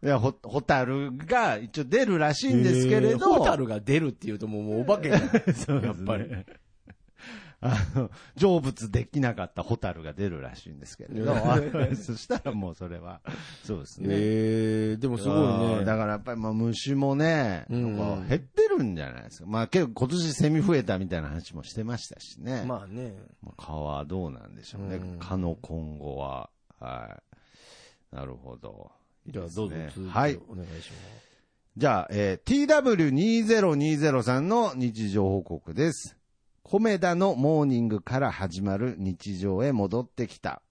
[SPEAKER 2] いや、ほ、ホタルが一応出るらしいんですけれど。
[SPEAKER 1] ホタルが出るっていうともうもうお化けじゃん。
[SPEAKER 2] [LAUGHS] そうですね
[SPEAKER 1] やっぱり。
[SPEAKER 2] あの、成仏できなかったホタルが出るらしいんですけれど、 [LAUGHS] そしたらもうそれは、そうですね。
[SPEAKER 1] ええ、でもすご
[SPEAKER 2] あー
[SPEAKER 1] いね。
[SPEAKER 2] だからやっぱりまあ虫もね、
[SPEAKER 1] うん
[SPEAKER 2] なんか減ってるんじゃないですか。まあ結構今年セミ増えたみたいな話もしてましたしね。ま
[SPEAKER 1] まあね。
[SPEAKER 2] あ、蚊はどうなんでしょうね
[SPEAKER 1] うん。
[SPEAKER 2] 蚊の今後は。はい。なるほど。
[SPEAKER 1] じゃあ
[SPEAKER 2] いいです
[SPEAKER 1] どうぞ
[SPEAKER 2] ね、
[SPEAKER 1] 続きお
[SPEAKER 2] は
[SPEAKER 1] 願い
[SPEAKER 2] い
[SPEAKER 1] し。ます。
[SPEAKER 2] じゃあ、えー TW2020 さんの日常報告です。コメダのモーニングから始まる日常へ戻ってきた。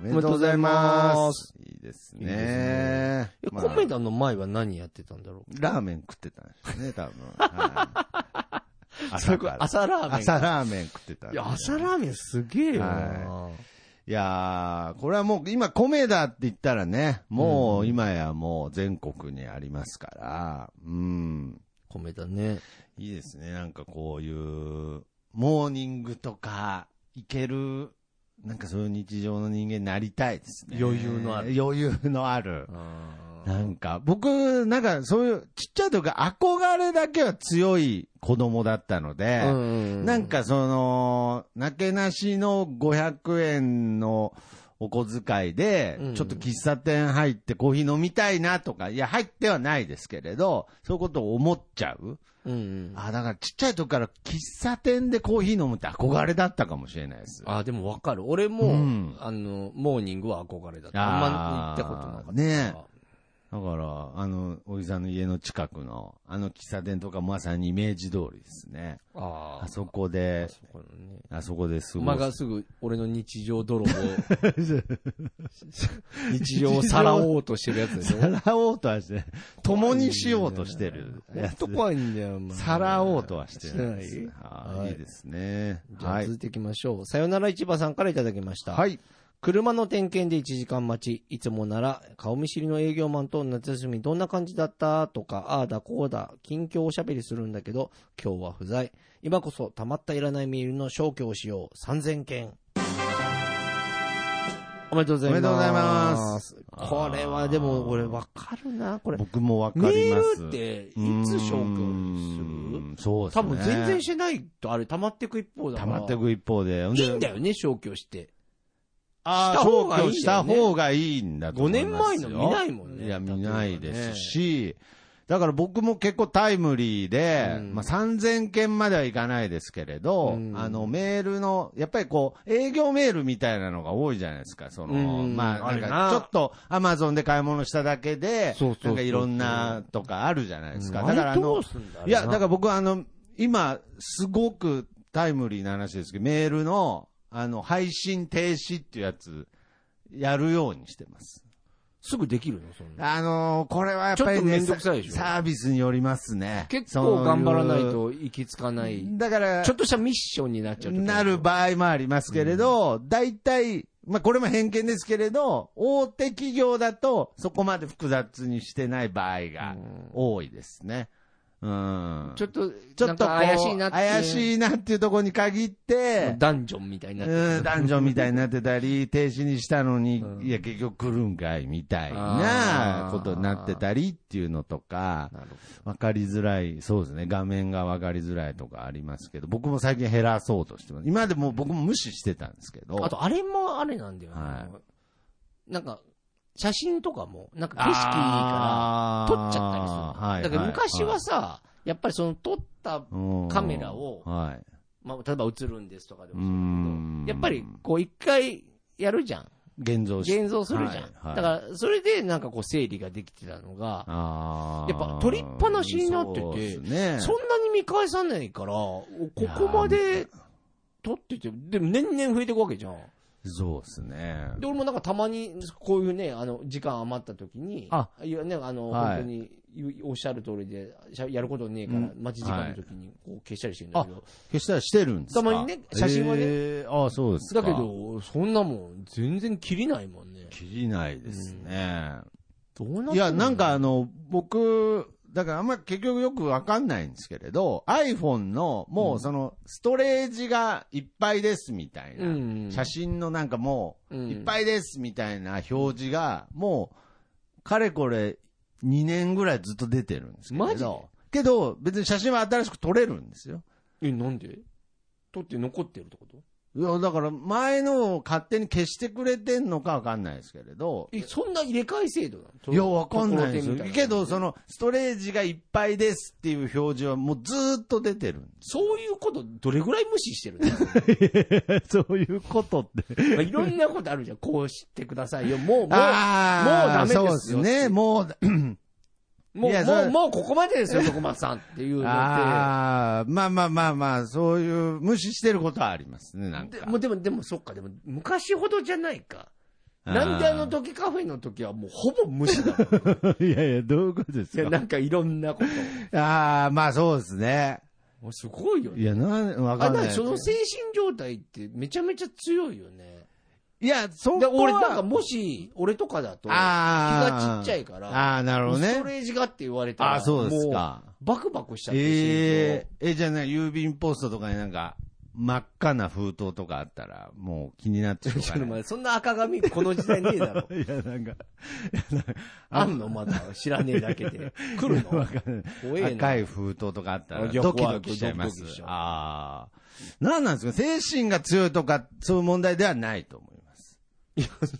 [SPEAKER 2] おめでとうございます。いいです
[SPEAKER 1] いいで
[SPEAKER 2] ね。
[SPEAKER 1] え、
[SPEAKER 2] まあ
[SPEAKER 1] コメダの前は何やってたんだろ
[SPEAKER 2] ラーメン食ってたんですね、多分。はい、
[SPEAKER 1] [LAUGHS] う
[SPEAKER 2] 朝から
[SPEAKER 1] 朝ラーメンか。
[SPEAKER 2] 朝ラーメン食ってたん
[SPEAKER 1] い
[SPEAKER 2] ですよ
[SPEAKER 1] や、朝ラーメンすげえよな。
[SPEAKER 2] いやー、これはもう今、コメダって言ったらね、もう今やもう全国にありますから、うん。
[SPEAKER 1] コメダね。
[SPEAKER 2] いいですね、なんかこういう、モーニングとか、行ける、なんかそういう日常の人間になりたいですね。
[SPEAKER 1] 余裕のある
[SPEAKER 2] 余裕のある。
[SPEAKER 1] あー
[SPEAKER 2] なんか、僕、なんかそういう、ちっちゃい時憧れだけは強い子供だったので、
[SPEAKER 1] うん
[SPEAKER 2] なん、かその、なけなしの500円のお小遣いで
[SPEAKER 1] うん、
[SPEAKER 2] ちょっと喫茶店入ってコーヒー飲みたいなとか、いや、入ってはないですけれど、そういうことを思っちゃう。
[SPEAKER 1] うんうん
[SPEAKER 2] あ、だからちっちゃい時から喫茶店でコーヒー飲むって憧れだったかもしれないです。
[SPEAKER 1] あ、でもわかる。俺も、
[SPEAKER 2] うん
[SPEAKER 1] あの、モーニングは憧れだった。あんま行
[SPEAKER 2] あー
[SPEAKER 1] ったことなかった。
[SPEAKER 2] ねだから、あの、おじさんの家の近くの、あの喫茶店とかまさにイメージ通りですね。
[SPEAKER 1] あー
[SPEAKER 2] あそこで
[SPEAKER 1] あ、そこのね。
[SPEAKER 2] あそこです
[SPEAKER 1] お
[SPEAKER 2] ご
[SPEAKER 1] 前
[SPEAKER 2] い。
[SPEAKER 1] がすぐ俺の日常泥棒、
[SPEAKER 2] [LAUGHS]
[SPEAKER 1] 日常をさらおうとしてるやつで
[SPEAKER 2] [LAUGHS]
[SPEAKER 1] しょ
[SPEAKER 2] さらおうと
[SPEAKER 1] [LAUGHS]
[SPEAKER 2] はして、共にしようとしてるやつ
[SPEAKER 1] ほんと。怖いんだよ、お前
[SPEAKER 2] さらおうとはしてるんです
[SPEAKER 1] して
[SPEAKER 2] ね。
[SPEAKER 1] ない
[SPEAKER 2] は
[SPEAKER 1] はい
[SPEAKER 2] いいいですね。
[SPEAKER 1] じゃ
[SPEAKER 2] は
[SPEAKER 1] あ
[SPEAKER 2] い
[SPEAKER 1] 続。いていきましょう。さよなら市場さんからいただきました。
[SPEAKER 2] はい。
[SPEAKER 1] 車の点検で1時間待ち、いつもなら顔見知りの営業マンと夏休みどんな感じだったとか、ああだこうだ、近況おしゃべりするんだけど、今日は不在。今こそたまったいらないメールの消去をしよう。3000件。おめでとうございます。
[SPEAKER 2] おめでとうございます
[SPEAKER 1] これはでも俺わかるな、これ。
[SPEAKER 2] 僕もわ
[SPEAKER 1] メ
[SPEAKER 2] かります。
[SPEAKER 1] ールっていつ消去する
[SPEAKER 2] るそうです
[SPEAKER 1] 多
[SPEAKER 2] ね。
[SPEAKER 1] 分全然してないとあれ溜まってく一方だか
[SPEAKER 2] 溜
[SPEAKER 1] ら。
[SPEAKER 2] まっていく一方で。
[SPEAKER 1] いいんだよね、消去して。
[SPEAKER 2] あ
[SPEAKER 1] し
[SPEAKER 2] あ、
[SPEAKER 1] た方
[SPEAKER 2] 消
[SPEAKER 1] がいいんだよね
[SPEAKER 2] 去した方
[SPEAKER 1] 5
[SPEAKER 2] がいいんだと思い
[SPEAKER 1] 年
[SPEAKER 2] ます
[SPEAKER 1] 前
[SPEAKER 2] よ。
[SPEAKER 1] の見ないもんね。
[SPEAKER 2] いや、見ないです
[SPEAKER 1] 例え
[SPEAKER 2] し、だから僕も結構タイムリーで、
[SPEAKER 1] うん
[SPEAKER 2] まあ3000件まではいかないですけれど、
[SPEAKER 1] うん
[SPEAKER 2] あのメールの、やっぱりこう、営業メールみたいなのが多いじゃないですか、その、
[SPEAKER 1] うん
[SPEAKER 2] まあなん
[SPEAKER 1] あ
[SPEAKER 2] か
[SPEAKER 1] るな
[SPEAKER 2] ちょっとアマゾンで買い物しただけで
[SPEAKER 1] そうそう、そう
[SPEAKER 2] なんかいろんなとかあるじゃな
[SPEAKER 1] ば
[SPEAKER 2] いで
[SPEAKER 1] ね
[SPEAKER 2] すか。
[SPEAKER 1] うん
[SPEAKER 2] だから
[SPEAKER 1] あ
[SPEAKER 2] あ
[SPEAKER 1] れど
[SPEAKER 2] の
[SPEAKER 1] う、すんだ
[SPEAKER 2] いや、だから
[SPEAKER 1] ら、
[SPEAKER 2] 僕あの、今、すごくタイムリーな話ですけど、メールの、あの、配信停止っていうやつ、やるようにしてます。
[SPEAKER 1] すぐできるの、そんな。
[SPEAKER 2] あのーこれはやっぱり
[SPEAKER 1] ちょっとめ
[SPEAKER 2] ね、
[SPEAKER 1] んどくさいでしょ
[SPEAKER 2] サービスによりますね。
[SPEAKER 1] 結構頑張らない
[SPEAKER 2] そう
[SPEAKER 1] と行き着かな
[SPEAKER 2] いう
[SPEAKER 1] い。
[SPEAKER 2] だから、
[SPEAKER 1] ちょっとしたミッションになっちゃうとか
[SPEAKER 2] なる。場合もありますけれど、大体、まあこれも偏見ですけれど、大手企業だとそこまで複雑にしてない場合が多いですね。うん。
[SPEAKER 1] ちょっと、
[SPEAKER 2] ちょ
[SPEAKER 1] な
[SPEAKER 2] っとこう
[SPEAKER 1] んか怪しいなって。
[SPEAKER 2] 怪しいなっていうところに限って、
[SPEAKER 1] ダンジョンみたいになって
[SPEAKER 2] うん、ダンジョンみたいになってたり、停止にしたのに、
[SPEAKER 1] うん
[SPEAKER 2] いや、結局来るんかい、みたいな
[SPEAKER 1] あー
[SPEAKER 2] ことになってたりっていうのとか、
[SPEAKER 1] [LAUGHS] なるほ
[SPEAKER 2] わかりづらい、そうですね、画面がわかりづらいとかありますけど、僕も最近減らそうとしてます。今までもう僕も無視してたんですけど、
[SPEAKER 1] ど。あと、あれもあれなんだよ
[SPEAKER 2] は
[SPEAKER 1] ね。なんか、写真とかも、なんか景色いいから、
[SPEAKER 2] あー、
[SPEAKER 1] 撮っちゃったりするの。
[SPEAKER 2] はい
[SPEAKER 1] だから昔はさ、やっぱりその撮った、
[SPEAKER 2] はい
[SPEAKER 1] カメラを
[SPEAKER 2] うんはい。
[SPEAKER 1] まあ、例えば映るんですとかで
[SPEAKER 2] う
[SPEAKER 1] もそうだ
[SPEAKER 2] ん
[SPEAKER 1] けど、やっぱりこう一回やるじゃん。
[SPEAKER 2] 現像して。
[SPEAKER 1] 現像するじゃん。
[SPEAKER 2] はいはい
[SPEAKER 1] だから、それでなんかこう整理ができてたのが、
[SPEAKER 2] あー
[SPEAKER 1] やっぱ撮りっぱなしになってて
[SPEAKER 2] そうですね、
[SPEAKER 1] そんなに見返さないから、ここまで撮ってて、でも年々増えていくわけじゃん。
[SPEAKER 2] そうですね。
[SPEAKER 1] で、俺もなんかたまに、こういうね、あの、時間余った時に、
[SPEAKER 2] あ
[SPEAKER 1] いやね、あの、
[SPEAKER 2] はい
[SPEAKER 1] 本当に、ゆおっしゃる通りで、しゃやることねえから、
[SPEAKER 2] うん
[SPEAKER 1] 待ち時間の時に、こう、消したりしてるんだけど、
[SPEAKER 2] 消したらしてるんですか
[SPEAKER 1] たまにね写真はね
[SPEAKER 2] えーああ、そうですか。
[SPEAKER 1] だけ。ど、そんなもん、全然切りないもんね。
[SPEAKER 2] 切りないですね。
[SPEAKER 1] どうなってんの
[SPEAKER 2] いや、なんかあの、僕、だからあんま結局よくわかんないんですけれど、iPhone のもうそのストレージがいっぱいですみたいな、
[SPEAKER 1] うん
[SPEAKER 2] 写真のなんかもう
[SPEAKER 1] うん
[SPEAKER 2] いっぱいですみたいな表示がもうかれこれ2年ぐらいずっと出てるんですけ
[SPEAKER 1] マ
[SPEAKER 2] れ
[SPEAKER 1] ジで
[SPEAKER 2] ど、けど別に写真は新しく撮れるんですよ。
[SPEAKER 1] え、なんで撮って残ってるってこと
[SPEAKER 2] いや、だから前のを勝手に消してくれてんのかわかんないですけれど、
[SPEAKER 1] え、そんな入れ替え制度なの
[SPEAKER 2] いや、わかんないですよ。けど、そ
[SPEAKER 1] の、
[SPEAKER 2] の、ストレージがいっぱいですっていう表示はもうずーっと出てるん
[SPEAKER 1] そういうこと、どれぐらい無視してるの [LAUGHS]
[SPEAKER 2] そういうことって。
[SPEAKER 1] まあいろんなことあ
[SPEAKER 2] [LAUGHS]
[SPEAKER 1] るじゃん。こうしてくださいよ。もう、もう、
[SPEAKER 2] あ
[SPEAKER 1] も
[SPEAKER 2] あ、
[SPEAKER 1] うダメですよ
[SPEAKER 2] そうですね。もう、
[SPEAKER 1] も、
[SPEAKER 2] いうや
[SPEAKER 1] も、
[SPEAKER 2] そうう
[SPEAKER 1] もうここまで
[SPEAKER 2] [LAUGHS]
[SPEAKER 1] ですよ、徳松さんっていうのっ
[SPEAKER 2] ああ、まあまあまあまあ、そういう、無視してることはありますね、なん
[SPEAKER 1] て。で
[SPEAKER 2] か。
[SPEAKER 1] もうでも、でも、そっか、でも、昔ほどじゃないか。なんであの時カフェの時はもうほぼ無視だもん。
[SPEAKER 2] [LAUGHS] いやいや、どういうことで
[SPEAKER 1] いやなんかいろんなこ
[SPEAKER 2] ああ、まあそうですね。
[SPEAKER 1] と。すごいよ
[SPEAKER 2] い
[SPEAKER 1] ね。
[SPEAKER 2] や、なん、わ
[SPEAKER 1] あ、
[SPEAKER 2] かん
[SPEAKER 1] だか
[SPEAKER 2] ない。
[SPEAKER 1] らその精神状態ってめちゃめちゃ強いよね。
[SPEAKER 2] いや、そ
[SPEAKER 1] で
[SPEAKER 2] こは
[SPEAKER 1] 俺、なんかもし、俺とかだと、気
[SPEAKER 2] あ
[SPEAKER 1] がち
[SPEAKER 2] あ
[SPEAKER 1] っちゃいから、
[SPEAKER 2] ああ、なるほど
[SPEAKER 1] ス
[SPEAKER 2] ね
[SPEAKER 1] ト。レージがって言われたら、
[SPEAKER 2] ああ、そうですか。
[SPEAKER 1] バクバクしちゃって、
[SPEAKER 2] えええ、じゃあね、郵便ポストとかになんか、真っ赤な封筒とかあったら、もう気になってし
[SPEAKER 1] 心
[SPEAKER 2] ょ
[SPEAKER 1] 臓 [LAUGHS] ちょっ
[SPEAKER 2] う
[SPEAKER 1] と
[SPEAKER 2] がな
[SPEAKER 1] 待
[SPEAKER 2] い
[SPEAKER 1] ってそんな赤髪、この時代ねえだ
[SPEAKER 2] [LAUGHS]
[SPEAKER 1] ろ。
[SPEAKER 2] いや、なんか、
[SPEAKER 1] あんのまだ知らねえだけで。
[SPEAKER 2] [LAUGHS]
[SPEAKER 1] 来るの
[SPEAKER 2] わかん
[SPEAKER 1] 怖
[SPEAKER 2] ない
[SPEAKER 1] え
[SPEAKER 2] 赤
[SPEAKER 1] な。
[SPEAKER 2] い封筒とかあったら、
[SPEAKER 1] いや
[SPEAKER 2] ドキドキしちゃいま
[SPEAKER 1] 怖い
[SPEAKER 2] す
[SPEAKER 1] ドキドキしち。ゃう
[SPEAKER 2] ああ。なんなんですか精神が強いとか、そういう問題ではないと思います。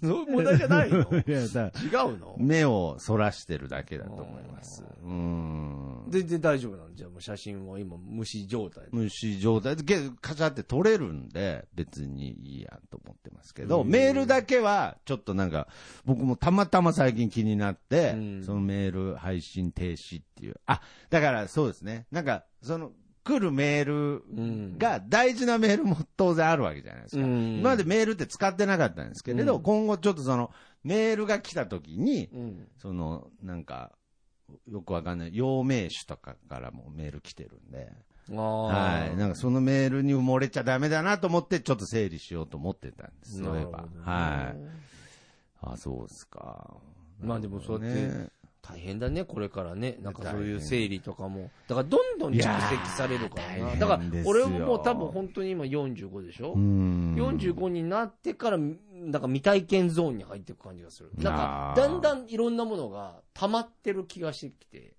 [SPEAKER 1] そういう問題じゃ [LAUGHS] ないの違
[SPEAKER 2] いや、さ、
[SPEAKER 1] うの
[SPEAKER 2] [LAUGHS] 目をそらしてるだけだと思います。うーん。
[SPEAKER 1] 全然大丈夫なんじゃあもう写真は今無視状態
[SPEAKER 2] 無視状態で、けどカチャって取れるんで、別にいいやと思ってますけ
[SPEAKER 1] う
[SPEAKER 2] ど、
[SPEAKER 1] ん
[SPEAKER 2] メールだけは、ちょっとなんか、僕もたまたま最近気になって、
[SPEAKER 1] うん
[SPEAKER 2] そのメール配信停止っていう。あ、だからそうですね。なんか、その、来るメー
[SPEAKER 1] うん
[SPEAKER 2] ルが、大事なメールも当然あるわけじゃないですか。
[SPEAKER 1] うん
[SPEAKER 2] 今までメールって使ってなかったんですけれど、
[SPEAKER 1] うん
[SPEAKER 2] 今後ちょっとその、メールが来た時に、
[SPEAKER 1] うん。
[SPEAKER 2] その、なんか、よくわかんない、陽明酒とかからもメール来てるんで、
[SPEAKER 1] ああ。
[SPEAKER 2] はい。なんかそのメールに埋もれちゃダメだなと思って、ちょっと整理しようと思ってたんです。そういえ
[SPEAKER 1] な
[SPEAKER 2] ば
[SPEAKER 1] るほど。ね
[SPEAKER 2] はい。あ、そうですか。
[SPEAKER 1] まあでもそうやって
[SPEAKER 2] ね
[SPEAKER 1] 大変だね、これからね。なんかそういう整理とかも。だからどんどん蓄積されるから
[SPEAKER 2] いや
[SPEAKER 1] な。
[SPEAKER 2] ー
[SPEAKER 1] だから
[SPEAKER 2] 大変ですよ
[SPEAKER 1] 俺ももう多分本当に今45でしょ
[SPEAKER 2] うーん。
[SPEAKER 1] 45になってから、なんか未体験ゾーンに入っていく感じがする。なんか、
[SPEAKER 2] あー
[SPEAKER 1] だんだんいろんなものが溜まってる気がしてきて。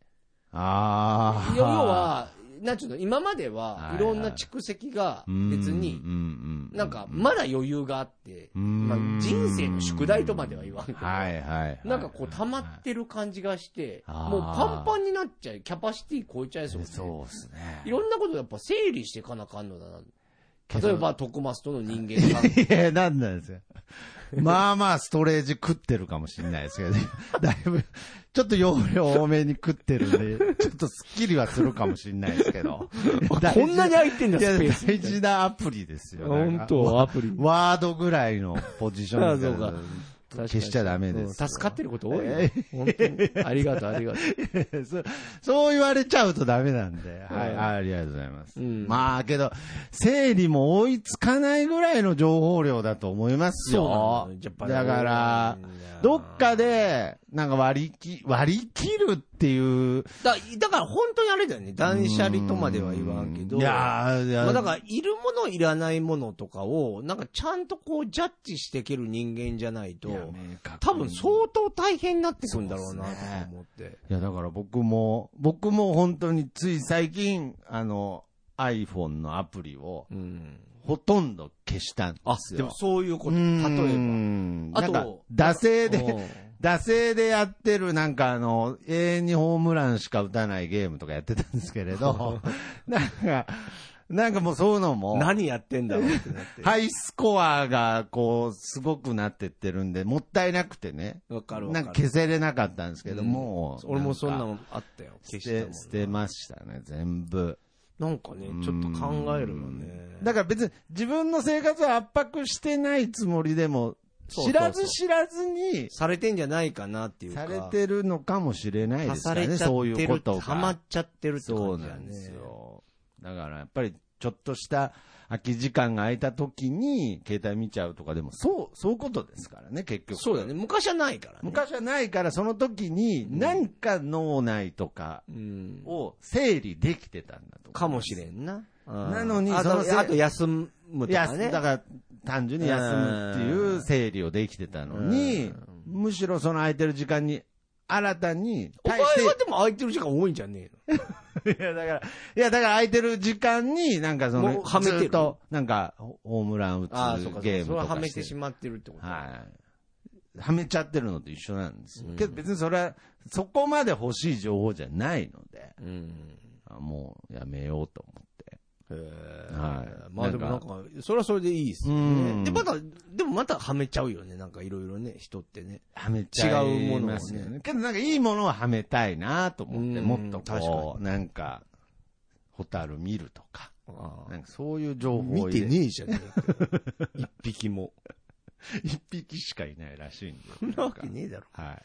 [SPEAKER 2] ああ。
[SPEAKER 1] 要は、なんちゅうの、今までは
[SPEAKER 2] はい
[SPEAKER 1] いろんな蓄積が
[SPEAKER 2] うーん、
[SPEAKER 1] 別に
[SPEAKER 2] う、ん、
[SPEAKER 1] なんかまだ余裕があって、
[SPEAKER 2] うーん
[SPEAKER 1] まあ、人生の宿題とまでは言わんけど、
[SPEAKER 2] はいはいはい。
[SPEAKER 1] なんかこう溜まってる感じがして、
[SPEAKER 2] あー
[SPEAKER 1] もうパンパンになっちゃい、キャパシティ超えちゃいそうで
[SPEAKER 2] そうですね。
[SPEAKER 1] いろんなことやっぱ整理していかなあかんのだな。例えば、徳松との人間関係。。
[SPEAKER 2] いや、なんなんですよ。まあまあ、ストレージ食ってるかもしれないですけど、ね、 [LAUGHS] だいぶ、ちょっと容量多めに食ってるんで、ちょっとスッキリはするかもしれないですけど
[SPEAKER 1] [LAUGHS] [LAUGHS] こんなに空いてんだ、
[SPEAKER 2] いや
[SPEAKER 1] スペース。 [LAUGHS]
[SPEAKER 2] 大事なアプリですよ。なんか
[SPEAKER 1] 当アプリ。
[SPEAKER 2] ワードぐらいのポジション
[SPEAKER 1] [LAUGHS] あそ
[SPEAKER 2] から消しちゃダメで
[SPEAKER 1] う
[SPEAKER 2] す
[SPEAKER 1] ん
[SPEAKER 2] よ。
[SPEAKER 1] 助かってること多いよ。本当にありがとう、ありがとう。
[SPEAKER 2] [LAUGHS] そうそう言われちゃうとダメなんで。は
[SPEAKER 1] う
[SPEAKER 2] い、
[SPEAKER 1] ん
[SPEAKER 2] ありがとうございます。
[SPEAKER 1] うん
[SPEAKER 2] まあけど、整理も追いつかないぐらいの情報量だと思いますよ。だから、どっかで、なんか割り切、割り切るっていう。
[SPEAKER 1] だ、だから本当にあれだよね。断捨離とまでは言わんけど。
[SPEAKER 2] いやーいや
[SPEAKER 1] まあだから、いるもの、いらないものとかを、なんかちゃんとこう、ジャッジしていける人間じゃないと
[SPEAKER 2] いや、明確
[SPEAKER 1] 多分相当大変になってくんだろうな、とか思って。
[SPEAKER 2] いや、だから僕も、僕も本当につい最近、あの、iPhone のアプリを
[SPEAKER 1] うん。
[SPEAKER 2] ほとんど消したんで
[SPEAKER 1] あ、
[SPEAKER 2] す
[SPEAKER 1] で
[SPEAKER 2] よ
[SPEAKER 1] も。そういうこと。例えあ
[SPEAKER 2] ば
[SPEAKER 1] と
[SPEAKER 2] なんか、惰性
[SPEAKER 1] ば。
[SPEAKER 2] で、
[SPEAKER 1] うん
[SPEAKER 2] 惰性でやってる、なんかあの、永遠にホームランしか打たないゲームとかやってたんですけ
[SPEAKER 1] [LAUGHS]
[SPEAKER 2] れど、なんか、なんかもうそういうのも、
[SPEAKER 1] 何やってんだろうってなって。
[SPEAKER 2] ハイスコアが、こう、すごくなってってるんで、もったいなくてね。
[SPEAKER 1] わかるわか
[SPEAKER 2] な
[SPEAKER 1] る。
[SPEAKER 2] んか消せれなかったんですけど、もう。
[SPEAKER 1] 俺もそんな
[SPEAKER 2] か
[SPEAKER 1] のあったよ。消
[SPEAKER 2] 捨
[SPEAKER 1] したもん
[SPEAKER 2] て、
[SPEAKER 1] な
[SPEAKER 2] 捨てましたね、全部。
[SPEAKER 1] なんかね、ちょっと考えるよね。
[SPEAKER 2] うだから別に自分の生活を圧迫してないつもりでも、
[SPEAKER 1] そうそうそう
[SPEAKER 2] 知らず知らずに
[SPEAKER 1] されてんじゃないかなっていうか。
[SPEAKER 2] されてるのかもしれないで
[SPEAKER 1] 足
[SPEAKER 2] すか
[SPEAKER 1] さ
[SPEAKER 2] ら
[SPEAKER 1] れちゃ
[SPEAKER 2] ね、
[SPEAKER 1] って
[SPEAKER 2] そういうこ
[SPEAKER 1] る。
[SPEAKER 2] と
[SPEAKER 1] はま
[SPEAKER 2] が
[SPEAKER 1] っ。ちゃってるって
[SPEAKER 2] そう
[SPEAKER 1] 感じ
[SPEAKER 2] な
[SPEAKER 1] や
[SPEAKER 2] ん
[SPEAKER 1] ね。
[SPEAKER 2] です。よ。だからやっぱりちょっとした空き時間が空いた時に携帯見ちゃうとかでも、そう、そういうことですからね、結局。
[SPEAKER 1] そうだね。。昔はないからね。。
[SPEAKER 2] 昔はないから、その時に何か脳内とか
[SPEAKER 1] うん。
[SPEAKER 2] を整理できてたんだと思います
[SPEAKER 1] かもしれんな。な
[SPEAKER 2] なのに
[SPEAKER 1] あ
[SPEAKER 2] そのせい
[SPEAKER 1] と、あと休むと
[SPEAKER 2] や
[SPEAKER 1] か
[SPEAKER 2] す
[SPEAKER 1] ね。
[SPEAKER 2] だから単純に休むっていう整理をできてたのに、むしろその空いてる時間に新たに
[SPEAKER 1] お前
[SPEAKER 2] 対して、
[SPEAKER 1] はでも空いてる時間多いんじゃね
[SPEAKER 2] いやだから、いやだから空いてる時間になんかそ
[SPEAKER 1] も
[SPEAKER 2] の、
[SPEAKER 1] うはめてる
[SPEAKER 2] ずっとなんかホームラン打つ
[SPEAKER 1] えの。ああ、そうか。
[SPEAKER 2] ゲーム
[SPEAKER 1] それは
[SPEAKER 2] と
[SPEAKER 1] は
[SPEAKER 2] か
[SPEAKER 1] め
[SPEAKER 2] して
[SPEAKER 1] てしまってるってこと。
[SPEAKER 2] はい。はめちゃってるのと一緒なんですよ。けど別にそれは、そこまで欲しい情報じゃないので、
[SPEAKER 1] うん。
[SPEAKER 2] あもうやめようと思って。
[SPEAKER 1] へえ
[SPEAKER 2] はい
[SPEAKER 1] まあでもなんか、それはそれでいいですよ
[SPEAKER 2] う
[SPEAKER 1] ね。
[SPEAKER 2] ん
[SPEAKER 1] で、また、でもまたはめちゃうよね。なんかいろいろね、人ってね。
[SPEAKER 2] はめちゃ
[SPEAKER 1] 違うも
[SPEAKER 2] い
[SPEAKER 1] のをね
[SPEAKER 2] ますよね。けどなんかいいものははめたいなと思って、
[SPEAKER 1] うん
[SPEAKER 2] もっと
[SPEAKER 1] 確
[SPEAKER 2] こう、なんか、ホタル見るとか、なんかそういう情報を
[SPEAKER 1] 見
[SPEAKER 2] 入
[SPEAKER 1] て
[SPEAKER 2] れ
[SPEAKER 1] ねえじゃねえかよ一匹も。
[SPEAKER 2] 一匹しかいないらしいんで。
[SPEAKER 1] そんなわけねえだろ。
[SPEAKER 2] は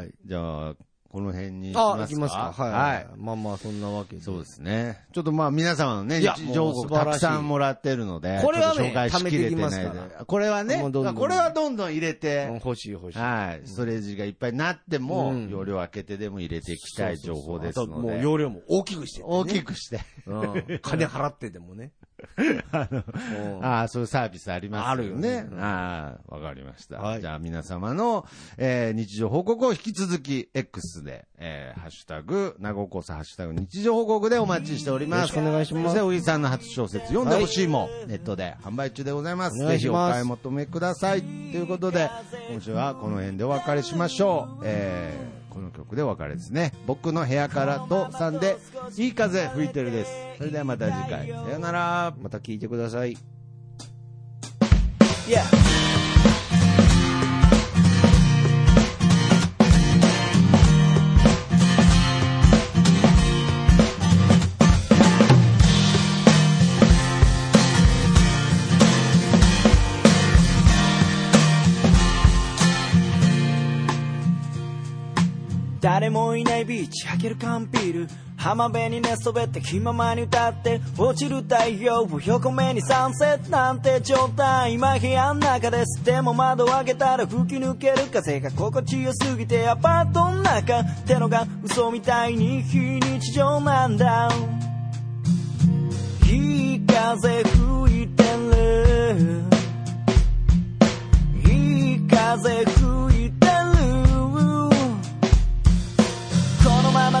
[SPEAKER 2] い。
[SPEAKER 1] はい。
[SPEAKER 2] じゃあ、この辺にし
[SPEAKER 1] あ、行
[SPEAKER 2] ま
[SPEAKER 1] き
[SPEAKER 2] すか。
[SPEAKER 1] ますか。
[SPEAKER 2] は
[SPEAKER 1] はい。まあまあ、そんなわけで。
[SPEAKER 2] そうですね。ちょっとまあ皆様のね、
[SPEAKER 1] いや
[SPEAKER 2] 日常
[SPEAKER 1] もう
[SPEAKER 2] 国
[SPEAKER 1] 素晴ら
[SPEAKER 2] た
[SPEAKER 1] しい
[SPEAKER 2] くさんもらってるので、
[SPEAKER 1] これはね
[SPEAKER 2] ちょっと紹介しき
[SPEAKER 1] 貯め
[SPEAKER 2] れてないで
[SPEAKER 1] ていきますから
[SPEAKER 2] これはね、
[SPEAKER 1] もうどんどん
[SPEAKER 2] これはどんどん入れ
[SPEAKER 1] うん
[SPEAKER 2] て、
[SPEAKER 1] 欲しい欲しい。
[SPEAKER 2] はい、ストレージがいっぱいになっても、
[SPEAKER 1] うん
[SPEAKER 2] 容量を空けてでも入れていきたい情報です
[SPEAKER 1] あと
[SPEAKER 2] の
[SPEAKER 1] もう
[SPEAKER 2] で、
[SPEAKER 1] 容量も大きくしてってね
[SPEAKER 2] 大きくして、
[SPEAKER 1] うん [LAUGHS] 金払ってでも [LAUGHS] ね。うん
[SPEAKER 2] ああ、そういうサービスありますよね。
[SPEAKER 1] あるよね
[SPEAKER 2] ああ、わかりました。
[SPEAKER 1] はい
[SPEAKER 2] じゃあ皆様の、えー日常報告を引き続き、X で、えーハッシュタグ、名古屋こそハッシュタグ、日常報告でお待ちしております。
[SPEAKER 1] よろしくお願いします
[SPEAKER 2] そして、おじさんの初小説、読んでほしいもん、ネットで販売中でございます。
[SPEAKER 1] お願
[SPEAKER 2] ぜ
[SPEAKER 1] いし
[SPEAKER 2] ひお
[SPEAKER 1] ます
[SPEAKER 2] 買い求めください。ということで、今週はこの辺でお別れしましょう。えーこの曲でお別れですね。僕の部屋からとさんで、いい風吹いてるです。それではまた次回。さよなら。
[SPEAKER 1] また聞いてください。
[SPEAKER 3] Yeah.「誰もいないビーチ開ける缶ビール」「浜辺に寝そべって気ままに歌って」「落ちる太陽を横目にサンセットなんて状態」「今部屋の中です」「でも窓を開けたら吹き抜ける風が心地よすぎて」「アパートの中ってのが嘘みたいに非日常なんだ」「いい風吹いてる」「いい風吹いてる」このまま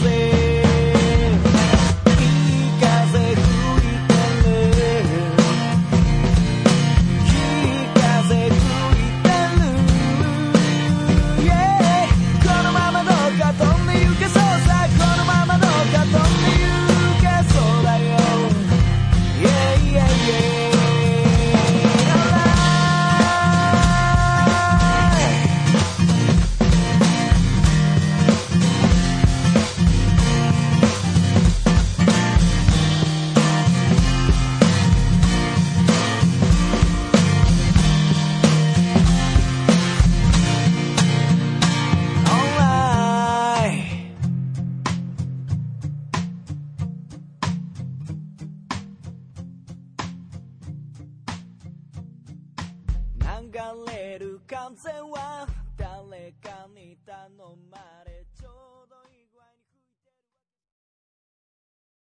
[SPEAKER 3] うぜいい風吹いてるいい風吹いてる Yeah このままどうか飛んで行けそうさこのままどうか飛んで行けそうだよ Yeah yeah yeah Alright オンライン流れる風は